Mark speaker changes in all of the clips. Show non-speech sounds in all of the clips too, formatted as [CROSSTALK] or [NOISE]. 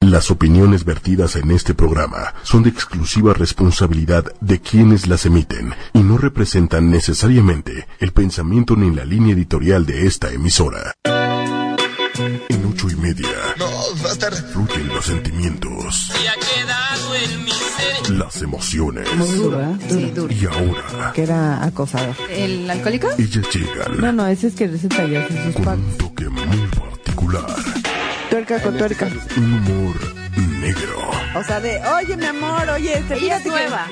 Speaker 1: Las opiniones vertidas en este programa son de exclusiva responsabilidad de quienes las emiten y no representan necesariamente el pensamiento ni la línea editorial de esta emisora. En ocho y media
Speaker 2: No, bastardo.
Speaker 1: fluyen los sentimientos,
Speaker 3: Ya ha quedado en mi ser.
Speaker 1: las emociones
Speaker 4: Dura.
Speaker 5: Sí, duro.
Speaker 1: y ahora
Speaker 4: Que era acosador.
Speaker 5: ¿El alcohólico?
Speaker 1: ellas
Speaker 4: No,
Speaker 1: llegan
Speaker 4: no, ese es que se talló en sus
Speaker 1: con
Speaker 4: packs.
Speaker 1: un toque muy particular,
Speaker 4: Tuerca con tuerca.
Speaker 1: un humor negro
Speaker 4: O sea, de, oye, mi amor, oye, este,
Speaker 5: Ella es
Speaker 4: fíjate que- [LAUGHS]
Speaker 5: nueva.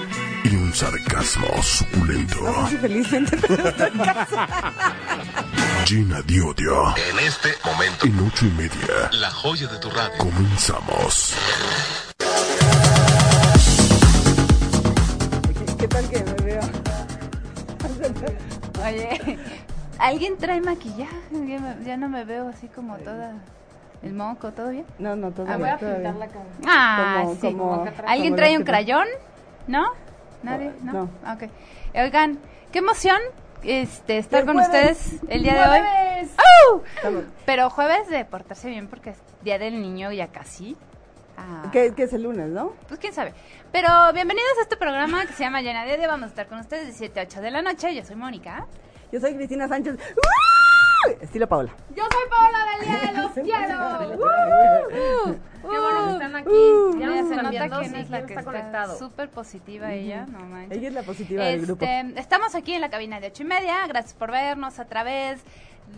Speaker 1: y un sarcasmo suculento.
Speaker 4: No sé si felizmente, [LAUGHS] pero estoy casada.
Speaker 1: Gina Diodio.
Speaker 2: En este momento,
Speaker 1: En ocho y media
Speaker 2: la joya de tu radio.
Speaker 1: comenzamos.
Speaker 4: ¿Qué tal que me veo?
Speaker 5: Oye, ¿alguien trae maquillaje? Ya, me- ya no me veo así como toda... El moco, ¿todo bien?
Speaker 4: No, no, todavía.
Speaker 5: Ah, voy a
Speaker 4: todavía.
Speaker 5: Ah,
Speaker 4: Como-
Speaker 5: sí.
Speaker 4: como-
Speaker 5: ¿Alguien
Speaker 4: como
Speaker 5: trae
Speaker 4: los
Speaker 5: un
Speaker 4: que-
Speaker 5: crayón? ¿No? ¿Nadie? ¿No?
Speaker 4: No.
Speaker 5: Ah, Ok. Oigan, qué emoción este, estar
Speaker 4: El
Speaker 5: con
Speaker 4: jueves.
Speaker 5: ustedes el día de hoy.
Speaker 4: ¡Jueves!
Speaker 5: ¡Au!
Speaker 4: Estamos-
Speaker 5: Pero jueves de portarse bien porque es día del niño ya casi. Ah,
Speaker 4: Que, que es el lunes, ¿no?
Speaker 5: Pues quién sabe. Pero bienvenidos a este programa que se llama Llena de Día. Vamos a estar con ustedes de 7 a 8 de la noche. Yo soy Mónica.
Speaker 4: Yo soy Cristina Sánchez. ¡Uy! Estilo Paola.
Speaker 5: Yo soy Paola del Día de los Cielos.
Speaker 6: Qué bueno que están aquí.
Speaker 4: Uh,
Speaker 6: ya
Speaker 5: Ya
Speaker 6: nos
Speaker 5: se
Speaker 6: están
Speaker 5: nota
Speaker 6: viendo,
Speaker 5: quién
Speaker 6: sí,
Speaker 5: es la
Speaker 6: quién
Speaker 5: que
Speaker 6: está
Speaker 5: está
Speaker 6: conectado.
Speaker 5: súper positiva ella, no manches.
Speaker 4: [LAUGHS] Ella es la positiva del grupo.
Speaker 5: Este, Estamos aquí en la cabina de ocho y media. Gracias por vernos a través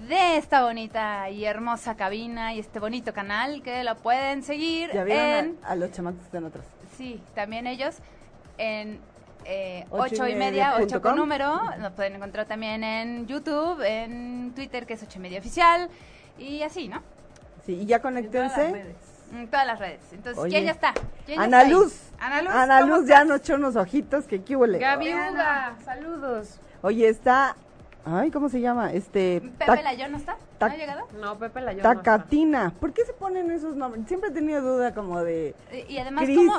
Speaker 5: de esta bonita y hermosa cabina y este bonito canal que lo pueden seguir
Speaker 4: Ya
Speaker 5: en
Speaker 4: vieron a, a los chamacos que están atrás.
Speaker 5: sí, también ellos en eh,
Speaker 4: Ocho y
Speaker 5: ocho y
Speaker 4: media
Speaker 5: media,
Speaker 4: punto
Speaker 5: 8 con
Speaker 4: com.
Speaker 5: número. Nos pueden encontrar también en YouTube, en Twitter que es ocho y media oficial y así, ¿no?
Speaker 4: Sí, y ya
Speaker 6: Todas las
Speaker 4: conéctense.
Speaker 6: redes.
Speaker 5: En todas las redes. Entonces,
Speaker 4: Oye.
Speaker 5: ¿quién ya está? ¿Quién ya
Speaker 4: Ana
Speaker 5: está ahí?
Speaker 4: Luz.
Speaker 5: Ana Luz.
Speaker 4: Ana
Speaker 5: ¿cómo
Speaker 4: Luz ya
Speaker 5: estás?
Speaker 4: nos echó unos ojitos. Que qué huele.
Speaker 6: Gaby
Speaker 5: Hola.
Speaker 6: Uga, saludos.
Speaker 4: Oye, está. Ay, ¿cómo se llama? Este.
Speaker 5: Pepe
Speaker 4: tac-
Speaker 5: Layón no está. ¿No
Speaker 4: tac-
Speaker 5: ha llegado?
Speaker 6: No, Pepe la yo.
Speaker 4: Tacatina. ¿Por qué se ponen esos nombres? Siempre he tenido duda como de.
Speaker 5: Eh, Y y además,
Speaker 4: Cris.
Speaker 5: ¿cómo?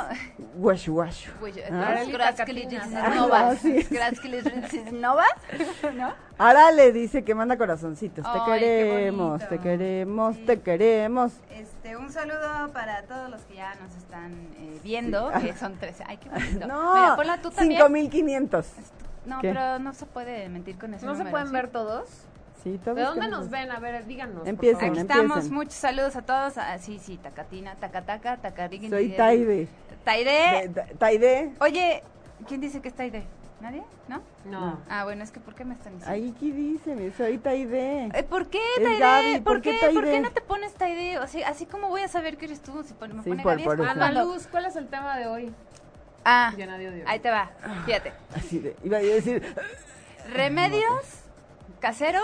Speaker 4: Guashu guashu.
Speaker 5: Güey,
Speaker 4: Ah.
Speaker 5: entonces, Graz que le
Speaker 6: Tacatina.
Speaker 5: dices
Speaker 4: Ah,
Speaker 5: novas.
Speaker 4: no, sí, sí.
Speaker 5: Graz que le dices novas, ¿no?
Speaker 4: Ahora le dice que manda corazoncitos. Te
Speaker 5: Ay, qué
Speaker 4: queremos,
Speaker 5: bonito.
Speaker 4: te queremos, te queremos.
Speaker 5: Este, un saludo para todos los que ya nos están eh, viendo, que son 13. Ay, qué bonito. Mira,
Speaker 4: No,
Speaker 5: ponla tú también.
Speaker 4: 5500.
Speaker 5: No,
Speaker 4: ¿Qué?
Speaker 5: pero no se puede mentir con ese
Speaker 6: ¿No se
Speaker 5: número,
Speaker 6: pueden
Speaker 5: ¿sí?
Speaker 6: ver todos?
Speaker 4: Sí, todos
Speaker 6: ¿De dónde
Speaker 4: queremos.
Speaker 6: nos ven? A ver, díganos.
Speaker 4: Empiecen,
Speaker 6: por
Speaker 5: Aquí
Speaker 6: favor.
Speaker 5: estamos,
Speaker 4: empiecen.
Speaker 5: muchos saludos a todos. Ah, sí, sí, Tacatina, Tacataca, Tacarigui. eh,
Speaker 4: Soy Taide.
Speaker 5: Taide.
Speaker 4: De- de- Taide.
Speaker 5: Oye, ¿quién dice que es Taide? ¿Nadie? ¿No?
Speaker 6: No.
Speaker 5: Ah, bueno, es que ¿por qué me están diciendo?
Speaker 4: Ahí, ¿qué dicen? Soy Taide.
Speaker 5: Eh, ¿Por qué,
Speaker 4: Es
Speaker 5: Taide?
Speaker 4: Gaby,
Speaker 5: ¿Por, qué, ¿Por
Speaker 4: Taide?
Speaker 5: qué no te pones Taide? O sea, así como voy a saber que eres tú si pon- me
Speaker 4: Sí,
Speaker 5: pone
Speaker 4: por-
Speaker 5: Gaby. es
Speaker 4: por
Speaker 5: como
Speaker 4: eso.
Speaker 6: Ana
Speaker 5: cuando-
Speaker 6: Luz, ¿cuál es el tema de hoy?
Speaker 5: Ah,
Speaker 6: Llena de odio.
Speaker 5: ahí te va. Fíjate.
Speaker 4: Así de, iba a decir,
Speaker 5: Remedios caseros,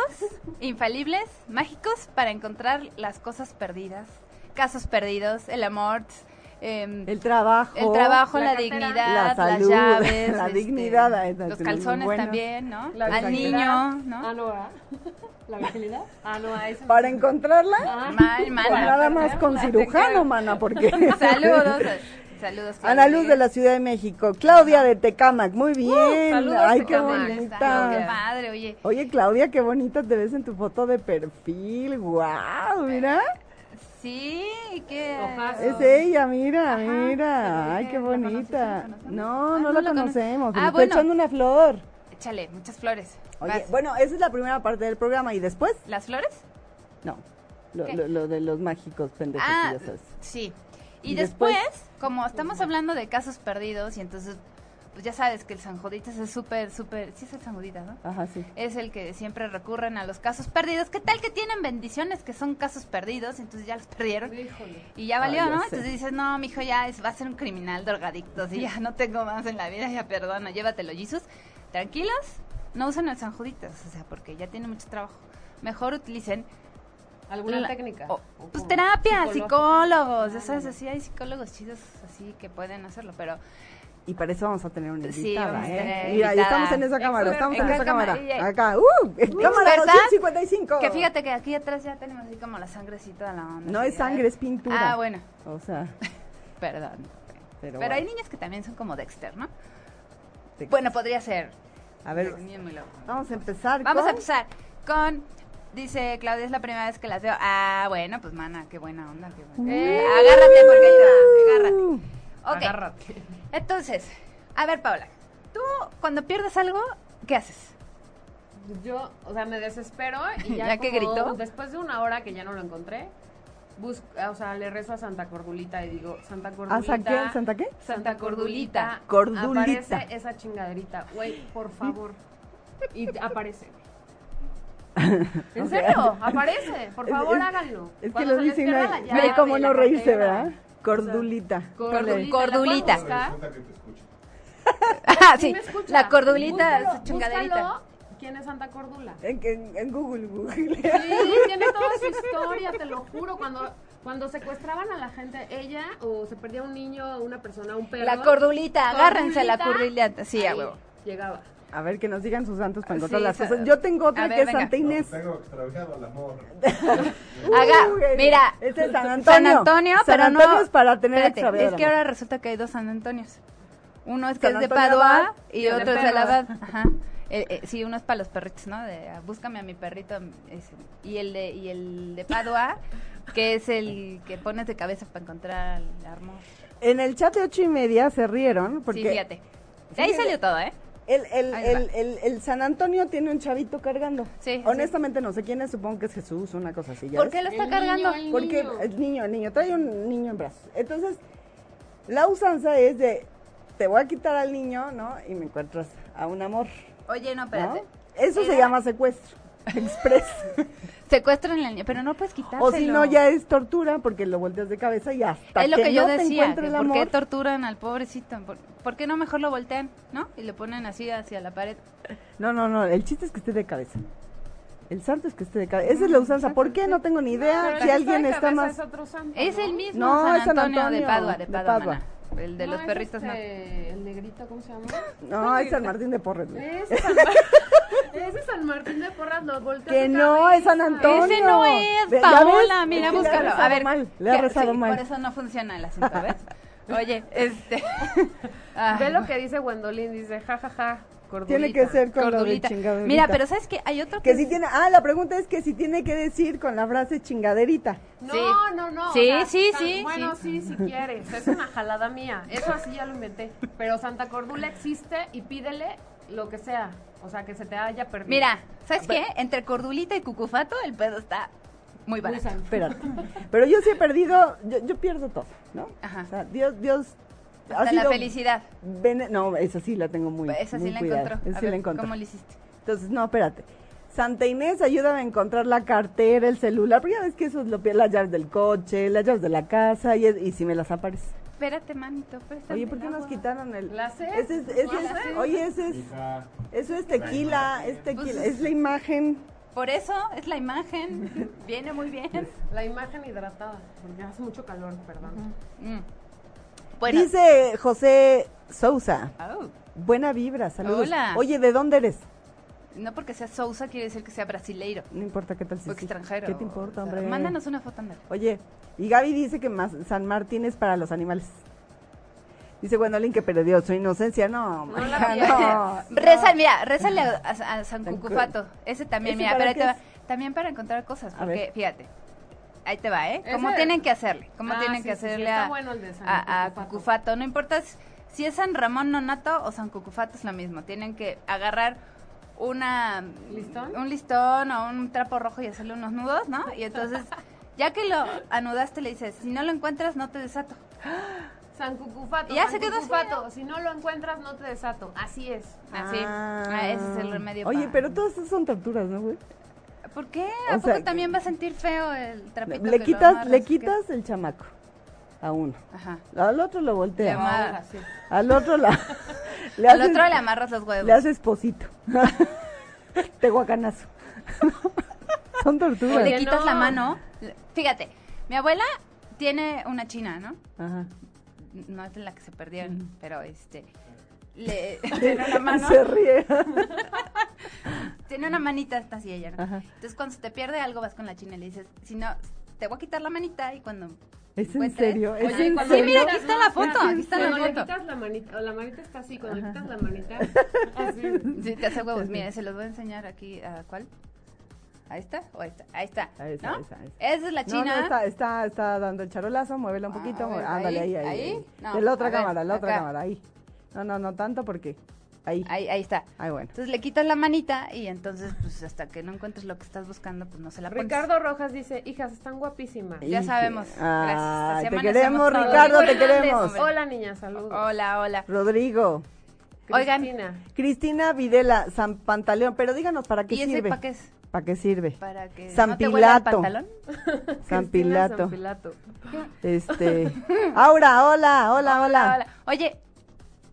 Speaker 5: infalibles, mágicos para encontrar las cosas perdidas. Casos perdidos, el amor, em,
Speaker 4: el trabajo.
Speaker 5: el trabajo, la,
Speaker 6: la cartera,
Speaker 5: dignidad,
Speaker 4: la
Speaker 5: las
Speaker 4: salud,
Speaker 5: llaves,
Speaker 4: [LAUGHS] la
Speaker 5: este,
Speaker 4: dignidad, ahí está,
Speaker 5: los
Speaker 4: tú,
Speaker 5: calzones
Speaker 4: bueno.
Speaker 5: también, ¿no?
Speaker 6: La
Speaker 5: Al
Speaker 6: virginidad.
Speaker 5: niño, ¿no?
Speaker 6: Ah, no, ¿verdad? [LAUGHS] ¿La virginidad? Ah, no, a ese.
Speaker 4: Para encontrarla,
Speaker 6: Ah,
Speaker 5: Mal,
Speaker 4: pues
Speaker 5: mal.
Speaker 4: nada más
Speaker 5: [LAUGHS]
Speaker 4: con cirujano, mana, porque...
Speaker 5: Saludos,
Speaker 4: [LAUGHS]
Speaker 5: saludos.
Speaker 4: Ana Luz de la Ciudad de México. Claudia de Tecamac,
Speaker 5: Uh,
Speaker 4: muy bien.
Speaker 6: saludos,
Speaker 4: Ay, qué
Speaker 6: Tecámac.
Speaker 5: Qué
Speaker 4: bonita.
Speaker 5: padre, oye.
Speaker 4: Oye, Claudia, qué bonita te ves en tu foto de perfil. ¡Wow! Mira.
Speaker 5: Sí, qué.
Speaker 6: Ojazo.
Speaker 4: Es ella, mira,
Speaker 5: Ajá,
Speaker 4: mira.
Speaker 5: pero
Speaker 4: Ay,
Speaker 5: dije,
Speaker 4: qué
Speaker 5: ¿la conociste,
Speaker 4: bonita.
Speaker 5: la conocemos?
Speaker 4: No,
Speaker 5: Ah,
Speaker 4: no
Speaker 5: no
Speaker 4: la
Speaker 5: la cono-
Speaker 4: conocemos.
Speaker 5: Ah,
Speaker 4: Le estoy
Speaker 5: bueno.
Speaker 4: echando una flor.
Speaker 5: Échale, muchas flores.
Speaker 4: Oye,
Speaker 5: Vas.
Speaker 4: bueno, esa es la primera parte del programa y después,
Speaker 5: ¿Las flores?
Speaker 4: no. Lo,
Speaker 5: ¿Qué?
Speaker 4: lo- lo de los mágicos pendejos,
Speaker 5: Ah,
Speaker 4: ya sabes.
Speaker 5: sí. Y,
Speaker 4: Y después- pues
Speaker 5: después, como estamos hablando de casos perdidos, y entonces, pues ya sabes que el San Juditas es súper, súper. Sí, es el San Juditas, ¿no?
Speaker 4: Ajá, sí.
Speaker 5: Es el que siempre recurren a los casos perdidos. ¿Qué tal que tienen bendiciones que son casos perdidos? Entonces ya los perdieron.
Speaker 6: Híjole.
Speaker 5: Y ya
Speaker 4: Ah,
Speaker 5: valió,
Speaker 4: ya
Speaker 5: ¿no?
Speaker 4: sé.
Speaker 5: Entonces dices, no, mijo, ya es, va a ser un criminal drogadicto, y ya no tengo más en la vida, ya perdona, llévatelo, Jesus. Tranquilos, no usen el San Juditas, o sea, porque ya tiene mucho trabajo. Mejor utilicen...
Speaker 6: ¿Alguna
Speaker 5: la-
Speaker 6: técnica?
Speaker 5: o-
Speaker 6: ¿O
Speaker 5: pues
Speaker 6: cómo?
Speaker 5: terapia, psicólogos, ya
Speaker 6: Ah,
Speaker 5: sabes,
Speaker 6: no.
Speaker 5: así hay psicólogos chidos así que pueden hacerlo, pero...
Speaker 4: Y para eso vamos a tener una
Speaker 5: Sí,
Speaker 4: invitada,
Speaker 5: vamos a
Speaker 4: ¿eh?
Speaker 5: tener
Speaker 4: Mira, y
Speaker 5: invitada.
Speaker 4: estamos en esa cámara,
Speaker 6: Exper-
Speaker 4: estamos en
Speaker 5: Acá,
Speaker 4: esa cámara.
Speaker 5: cámara, ella-
Speaker 4: Acá, ¡uh! Cámara
Speaker 5: ¿verdad?
Speaker 4: 255.
Speaker 5: Que fíjate que aquí atrás ya tenemos así como la sangrecita de la onda.
Speaker 4: No
Speaker 5: así, ¿eh?
Speaker 4: es sangre, es pintura.
Speaker 5: Ah, bueno,
Speaker 4: O sea,
Speaker 5: perdón.
Speaker 4: pero,
Speaker 5: Pero,
Speaker 4: bueno,
Speaker 5: hay niños que también son como Dexter, ¿no?
Speaker 4: te-
Speaker 5: Bueno, podría ser.
Speaker 4: a ver,
Speaker 5: Dios mío, muy loco.
Speaker 4: vamos a empezar
Speaker 5: Vamos a
Speaker 4: con-
Speaker 5: empezar con. Dice
Speaker 4: Uh.
Speaker 5: Claudia, es la primera vez que las veo. Ah, bueno, pues mana, qué buena onda. qué buena- Eh, agárrate porque ahí te va. Ok.
Speaker 6: Mm. Agárrate.
Speaker 5: Entonces, a ver, Paula, tú cuando pierdes algo, ¿qué haces?
Speaker 6: Yo, o sea, me desespero
Speaker 4: [LAUGHS]
Speaker 6: y ya,
Speaker 5: ¿Ya que
Speaker 6: como
Speaker 5: gritó?
Speaker 6: Después de una hora que ya no lo encontré, busco, ah, o sea, le rezo a Santa Cordulita y digo, Santa
Speaker 4: ¿A
Speaker 6: Cordulita.
Speaker 4: sa- qué? ¿Santa qué?
Speaker 6: Santa Cordulita.
Speaker 4: Cordulita.
Speaker 6: Aparece esa chingaderita, güey, por favor. Y
Speaker 4: [LAUGHS]
Speaker 6: aparece. ¿En
Speaker 4: Ok.
Speaker 6: serio? Aparece. Por
Speaker 4: Es-
Speaker 6: favor,
Speaker 4: es-
Speaker 6: háganlo.
Speaker 4: Es que
Speaker 6: Cuando
Speaker 4: lo
Speaker 6: se les
Speaker 4: dicen,
Speaker 6: pierda
Speaker 4: no
Speaker 6: la
Speaker 4: hay-
Speaker 6: llave,
Speaker 4: no hay como
Speaker 6: la
Speaker 4: no reírse,
Speaker 6: cartera.
Speaker 4: ¿verdad? Cordulita.
Speaker 6: Cordulita.
Speaker 5: Cordulita.
Speaker 6: ¿la pueden buscar?
Speaker 5: [LAUGHS] Ah,
Speaker 6: Sí
Speaker 5: sí,
Speaker 6: me escucha.
Speaker 5: la cordulita,
Speaker 6: Búscalo,
Speaker 5: su chingaderita.
Speaker 6: búscalo. ¿Quién es Santa Cordula?
Speaker 4: En, en- en Google, Google. [LAUGHS]
Speaker 6: Sí, tiene toda su historia, te lo juro. Cuando, cuando secuestraban a la gente, ella o se perdía un niño, una persona, un perro.
Speaker 5: La cordulita, agárrense la
Speaker 6: Cordulita,
Speaker 5: cordulita. Sí, a
Speaker 6: ahí
Speaker 5: huevo.
Speaker 6: Llegaba.
Speaker 4: A ver, que nos digan sus santos para
Speaker 5: Sí,
Speaker 4: encontrar las
Speaker 5: sa-
Speaker 4: cosas. Yo tengo
Speaker 5: A
Speaker 4: otra
Speaker 5: ver,
Speaker 4: que es
Speaker 5: venga.
Speaker 4: Santa Inés.
Speaker 7: Tengo extraviado al amor.
Speaker 5: Haga,
Speaker 4: Uy,
Speaker 5: mira,
Speaker 4: Este es San Antonio.
Speaker 5: San Antonio,
Speaker 4: San
Speaker 5: pero
Speaker 4: Antonio
Speaker 5: no.
Speaker 4: es para tener
Speaker 5: Espérate,
Speaker 4: extraviado
Speaker 5: es
Speaker 4: el
Speaker 5: que
Speaker 4: amor.
Speaker 5: ahora resulta que hay dos San Antonios. Uno es que
Speaker 4: San
Speaker 5: es de
Speaker 4: Antonio
Speaker 5: Padua
Speaker 4: Abad
Speaker 5: y
Speaker 6: y el de
Speaker 5: otro es de la Abad.
Speaker 6: perros.
Speaker 5: Ajá. Eh, eh, sí, uno es para los perritos, ¿no? De, ah, búscame a mi perrito. ese. Y el de y el de Padua, que es el que pones de cabeza para encontrar el amor.
Speaker 4: En el chat de ocho y media se rieron
Speaker 5: Sí,
Speaker 4: porque
Speaker 5: fíjate. De ahí
Speaker 4: Fíjate.
Speaker 5: salió todo, ¿eh?
Speaker 4: el, el,
Speaker 5: Ahí va.
Speaker 4: el, el- el San Antonio tiene un chavito cargando.
Speaker 5: Sí,
Speaker 4: Honestamente no sé quién es, supongo que es Jesús, una cosa así. ¿ya
Speaker 5: ¿Por
Speaker 4: ves?
Speaker 5: qué lo está
Speaker 6: El
Speaker 5: cargando?
Speaker 6: niño, el
Speaker 4: Porque
Speaker 6: niño.
Speaker 4: el niño, el niño, trae un niño en brazos. Entonces, la usanza es de, te voy a quitar al niño, ¿no? Y me encuentras a un amor,
Speaker 5: Oye, no,
Speaker 4: ¿no?
Speaker 5: espérate.
Speaker 4: Eso se
Speaker 5: Era-
Speaker 4: llama secuestro,
Speaker 5: [LAUGHS]
Speaker 4: express.
Speaker 5: Secuestran al niño, pero no puedes quitárselo.
Speaker 4: o si no, ya es tortura porque lo volteas de cabeza y hasta
Speaker 5: es lo
Speaker 4: que,
Speaker 5: que, yo
Speaker 4: no te
Speaker 5: decía,
Speaker 4: encuentre
Speaker 5: que
Speaker 4: el
Speaker 5: ¿por qué
Speaker 4: amor.
Speaker 5: torturan al pobrecito? ¿Por, por qué no mejor lo voltean, no? Y lo ponen así hacia la pared.
Speaker 4: No, no, no, el chiste es que esté de cabeza. El santo es que esté de cabeza. Esa es
Speaker 5: Mm,
Speaker 4: la usanza. ¿Por qué? No tengo ni idea.
Speaker 6: Pero
Speaker 4: si
Speaker 6: el
Speaker 4: alguien
Speaker 6: que
Speaker 4: está
Speaker 6: de cabeza
Speaker 4: más...
Speaker 6: Es otro santo,
Speaker 5: Es
Speaker 6: ¿no?
Speaker 5: el mismo
Speaker 4: No,
Speaker 5: San
Speaker 4: es San
Speaker 5: Antonio, de
Speaker 4: Antonio,
Speaker 5: Padua, de
Speaker 4: de
Speaker 5: Padua,
Speaker 4: Padua.
Speaker 5: maná. El de
Speaker 6: No,
Speaker 5: los
Speaker 6: es
Speaker 5: perritos,
Speaker 6: este, El negrito,
Speaker 5: [LAUGHS]
Speaker 6: ¿cómo se llama?
Speaker 4: No, es San Martín de Porres. güey.
Speaker 6: Ese es San Mar- ese es San Martín de Porras, lo volteó.
Speaker 4: Que no, es San Antonio.
Speaker 5: Ese no es,
Speaker 4: Ve- ¿ya
Speaker 5: Paola,
Speaker 4: ves?
Speaker 5: mira,
Speaker 4: Es que le ha
Speaker 5: búscalo. A
Speaker 4: rezado
Speaker 5: ver,
Speaker 4: mal, le ha
Speaker 5: ¿qué?
Speaker 4: rezado
Speaker 5: Sí,
Speaker 4: mal.
Speaker 5: Por eso no funciona el asunto,
Speaker 4: [LAUGHS]
Speaker 5: ¿ves? Oye, este... ah,
Speaker 6: Ve lo que dice Gwendolyn, dice, jajaja, ja, ja, cordulita.
Speaker 4: Tiene que ser con lo de
Speaker 5: cordulita.
Speaker 4: chingaderita.
Speaker 5: Mira, pero ¿sabes qué? Hay otro
Speaker 4: Que si tiene, ah, la pregunta es que si tiene que decir con la frase chingaderita.
Speaker 6: No,
Speaker 5: Sí.
Speaker 6: no, no. o
Speaker 5: Sí,
Speaker 6: sea,
Speaker 5: sí,
Speaker 6: San-
Speaker 5: sí,
Speaker 6: Bueno,
Speaker 5: sí.
Speaker 6: sí, si quieres. Es una jalada mía. Eso así ya lo inventé. Pero Santa Cordula existe y pídele lo que sea. O sea, que se te haya perdido.
Speaker 5: Mira, ¿sabes qué? Entre cordulita y cucufato el pedo está muy
Speaker 6: Muy
Speaker 5: barato.
Speaker 6: san-
Speaker 5: [LAUGHS]
Speaker 4: Espérate. Pero yo sí he perdido, yo, yo pierdo todo, ¿no?
Speaker 5: Ajá.
Speaker 4: O sea, Dios, Dios. ha
Speaker 5: Hasta la
Speaker 4: sido
Speaker 5: felicidad.
Speaker 4: bene- no, esa sí la tengo muy.
Speaker 5: Esa sí
Speaker 4: muy
Speaker 5: la
Speaker 4: cuidada,
Speaker 5: encontró.
Speaker 4: Esa
Speaker 5: A
Speaker 4: sí
Speaker 5: ver,
Speaker 4: la encontré.
Speaker 5: ¿Cómo le hiciste?
Speaker 4: Entonces, no, espérate. Santa Inés, ayúdame a encontrar la cartera, el celular, porque ya ves que eso es lo que, las llaves del coche, las llaves de la casa, y, es- y si me las aparece.
Speaker 5: Espérate, manito, préstame
Speaker 4: Oye, ¿por qué
Speaker 5: el
Speaker 4: nos
Speaker 5: agua.
Speaker 4: quitaron el...?
Speaker 6: ¿La sed?
Speaker 4: Ese es, ese
Speaker 6: ¿La
Speaker 4: es-
Speaker 6: sed?
Speaker 4: oye, ese es,
Speaker 7: Hija,
Speaker 4: eso es tequila, es tequila,
Speaker 5: Pues-
Speaker 4: es la imagen.
Speaker 5: Por eso es la
Speaker 4: [LAUGHS]
Speaker 5: imagen. Viene muy bien.
Speaker 6: La imagen hidratada. Porque hace mucho calor, perdón.
Speaker 5: Mm. Bueno. Oh.
Speaker 4: Dice José Sousa,
Speaker 5: Au.
Speaker 4: buena vibra, saludos.
Speaker 5: Hola.
Speaker 4: Oye, ¿de dónde eres?
Speaker 5: No porque sea Sousa quiere decir que sea brasileiro
Speaker 4: No importa qué tal si
Speaker 5: o
Speaker 4: sí.
Speaker 5: extranjero.
Speaker 4: ¿Qué te
Speaker 5: O sea,
Speaker 4: importa, hombre?
Speaker 5: Mándanos una foto,
Speaker 4: [LAUGHS]
Speaker 5: ándale.
Speaker 4: Oye, y Gaby dice que más- San Martín es para los animales. Dice Gwendolyn que perdió su inocencia. No,
Speaker 6: No
Speaker 4: mija,
Speaker 6: la
Speaker 4: Ah, no.
Speaker 6: pierdas.
Speaker 5: [LAUGHS] Reza, mira, rézale a, a- a San
Speaker 4: San Cu-
Speaker 5: Cucufato. Ese también,
Speaker 4: ¿Ese
Speaker 5: mira, pero
Speaker 4: para
Speaker 5: ahí
Speaker 4: qué
Speaker 5: te va.
Speaker 4: es?
Speaker 5: También para encontrar cosas,
Speaker 4: A
Speaker 5: porque
Speaker 4: ver.
Speaker 5: fíjate. Ahí te va, ¿eh? ¿Cómo
Speaker 6: Ese-
Speaker 5: tienen que hacerle? ¿Cómo
Speaker 6: Ah,
Speaker 5: tienen
Speaker 6: sí,
Speaker 5: que
Speaker 6: sí, sí,
Speaker 5: hacerle
Speaker 6: está
Speaker 5: a,
Speaker 6: bueno el de San
Speaker 5: a- a
Speaker 6: Cucufato.
Speaker 5: Cucufato? No importa si es San Ramón Nonato o San Cucufato, es lo mismo. Tienen que agarrar una
Speaker 6: ¿Listón?
Speaker 5: un listón o un trapo rojo y hacerle unos nudos, ¿no? Y
Speaker 4: [LAUGHS]
Speaker 5: entonces, ya que lo anudaste, le dices, si no lo encuentras, no te desato.
Speaker 6: San Cucufato.
Speaker 5: Ya
Speaker 6: San
Speaker 5: se quedó así,
Speaker 6: Cucufato,
Speaker 5: ¿no?
Speaker 6: Si no lo encuentras, no te desato. Así es.
Speaker 5: Así.
Speaker 4: Ah.
Speaker 5: Ah, ese es el remedio.
Speaker 4: Oye,
Speaker 5: pa-
Speaker 4: pero todas esas son torturas, ¿no, güey?
Speaker 5: ¿Por qué? ¿A
Speaker 4: O
Speaker 5: poco
Speaker 4: sea,
Speaker 5: también va a sentir feo el trapito? que
Speaker 4: Le
Speaker 5: lo
Speaker 4: quitas,
Speaker 5: amarras,
Speaker 4: le
Speaker 5: ¿o qué?
Speaker 4: quitas el chamaco a uno.
Speaker 5: Ajá.
Speaker 4: Al otro lo
Speaker 5: Le
Speaker 4: voltea.
Speaker 5: amarras.
Speaker 6: Así.
Speaker 4: Al otro la, le
Speaker 5: Al
Speaker 4: haces-
Speaker 5: otro le amarras los huevos.
Speaker 4: le haces [LAUGHS] posito. Te guacanazo. [LAUGHS] son
Speaker 5: O
Speaker 4: torturas.
Speaker 5: le
Speaker 6: Oye,
Speaker 5: quitas
Speaker 6: no.
Speaker 5: la mano. Le- Fíjate, mi abuela tiene una china, ¿no?
Speaker 4: Ajá.
Speaker 5: No es de la que se perdieron, pero
Speaker 4: [LAUGHS]
Speaker 5: este. Le, [LAUGHS] tiene una mano.
Speaker 4: Se ríe.
Speaker 5: Tiene una manita hasta así ella, ¿no?
Speaker 4: Ajá.
Speaker 5: Entonces cuando se te pierde algo vas con la china y le dices, si no, te voy a quitar la manita y cuando.
Speaker 4: ¿Es en
Speaker 5: encuentres-
Speaker 4: serio? ¿Es
Speaker 6: Oye,
Speaker 4: en
Speaker 6: cuando
Speaker 5: Sí,
Speaker 6: le
Speaker 5: mira,
Speaker 4: serio?
Speaker 5: aquí
Speaker 6: quitas-
Speaker 5: está
Speaker 6: no,
Speaker 5: la foto,
Speaker 6: espera,
Speaker 5: aquí está
Speaker 6: Cuando
Speaker 5: la
Speaker 6: le
Speaker 5: foto.
Speaker 6: quitas la manita, o la manita está así, cuando le
Speaker 5: [LAUGHS]
Speaker 6: quitas la manita, así.
Speaker 5: Sí, te hace huevos. Mira, se los voy a enseñar aquí. ¿A cuál? Ahí está, o ahí está, ahí está.
Speaker 4: Ahí está,
Speaker 5: ¿no?
Speaker 4: ahí está, ahí está.
Speaker 5: Esa es la
Speaker 4: No,
Speaker 5: china.
Speaker 4: no, está, está, está dando el charolazo, muévela un
Speaker 5: Ah,
Speaker 4: poquito.
Speaker 5: a ver,
Speaker 4: ándale,
Speaker 5: ahí,
Speaker 4: ahí, ahí.
Speaker 5: ahí. No,
Speaker 4: de la otra
Speaker 5: a ver,
Speaker 4: cámara, la otra
Speaker 5: acá.
Speaker 4: cámara, ahí. No, no, no tanto porque. Ahí.
Speaker 5: Ahí, ahí está.
Speaker 4: Ahí, bueno.
Speaker 5: Entonces le quitas la manita y entonces, pues hasta que no encuentres lo que estás buscando, pues no se la pones.
Speaker 6: Ricardo Rojas dice, hijas, están guapísimas.
Speaker 5: Ya
Speaker 4: Híjole.
Speaker 5: sabemos. Gracias.
Speaker 4: Ay,
Speaker 5: Así
Speaker 4: te
Speaker 5: amanecemos
Speaker 4: queremos,
Speaker 5: todos.
Speaker 4: Ricardo, te
Speaker 5: Rodrigo Hernández,
Speaker 4: queremos.
Speaker 5: hombre.
Speaker 6: Hola, niña, saludos.
Speaker 5: Hola, hola.
Speaker 4: Rodrigo.
Speaker 5: Oigan,
Speaker 6: Cristina.
Speaker 4: Cristina Videla, San Pantaleón. Pero díganos, ¿para qué
Speaker 5: ¿y ese
Speaker 4: sirve?
Speaker 5: para qué es?
Speaker 4: ¿Para qué sirve?
Speaker 5: Para que
Speaker 4: San
Speaker 5: no te huela el
Speaker 4: Pilato.
Speaker 5: pantalón.
Speaker 4: San
Speaker 6: Cristina
Speaker 4: Pilato.
Speaker 6: San Pilato.
Speaker 4: Este. Aura, hola, hola, hola.
Speaker 5: Hola. Oye,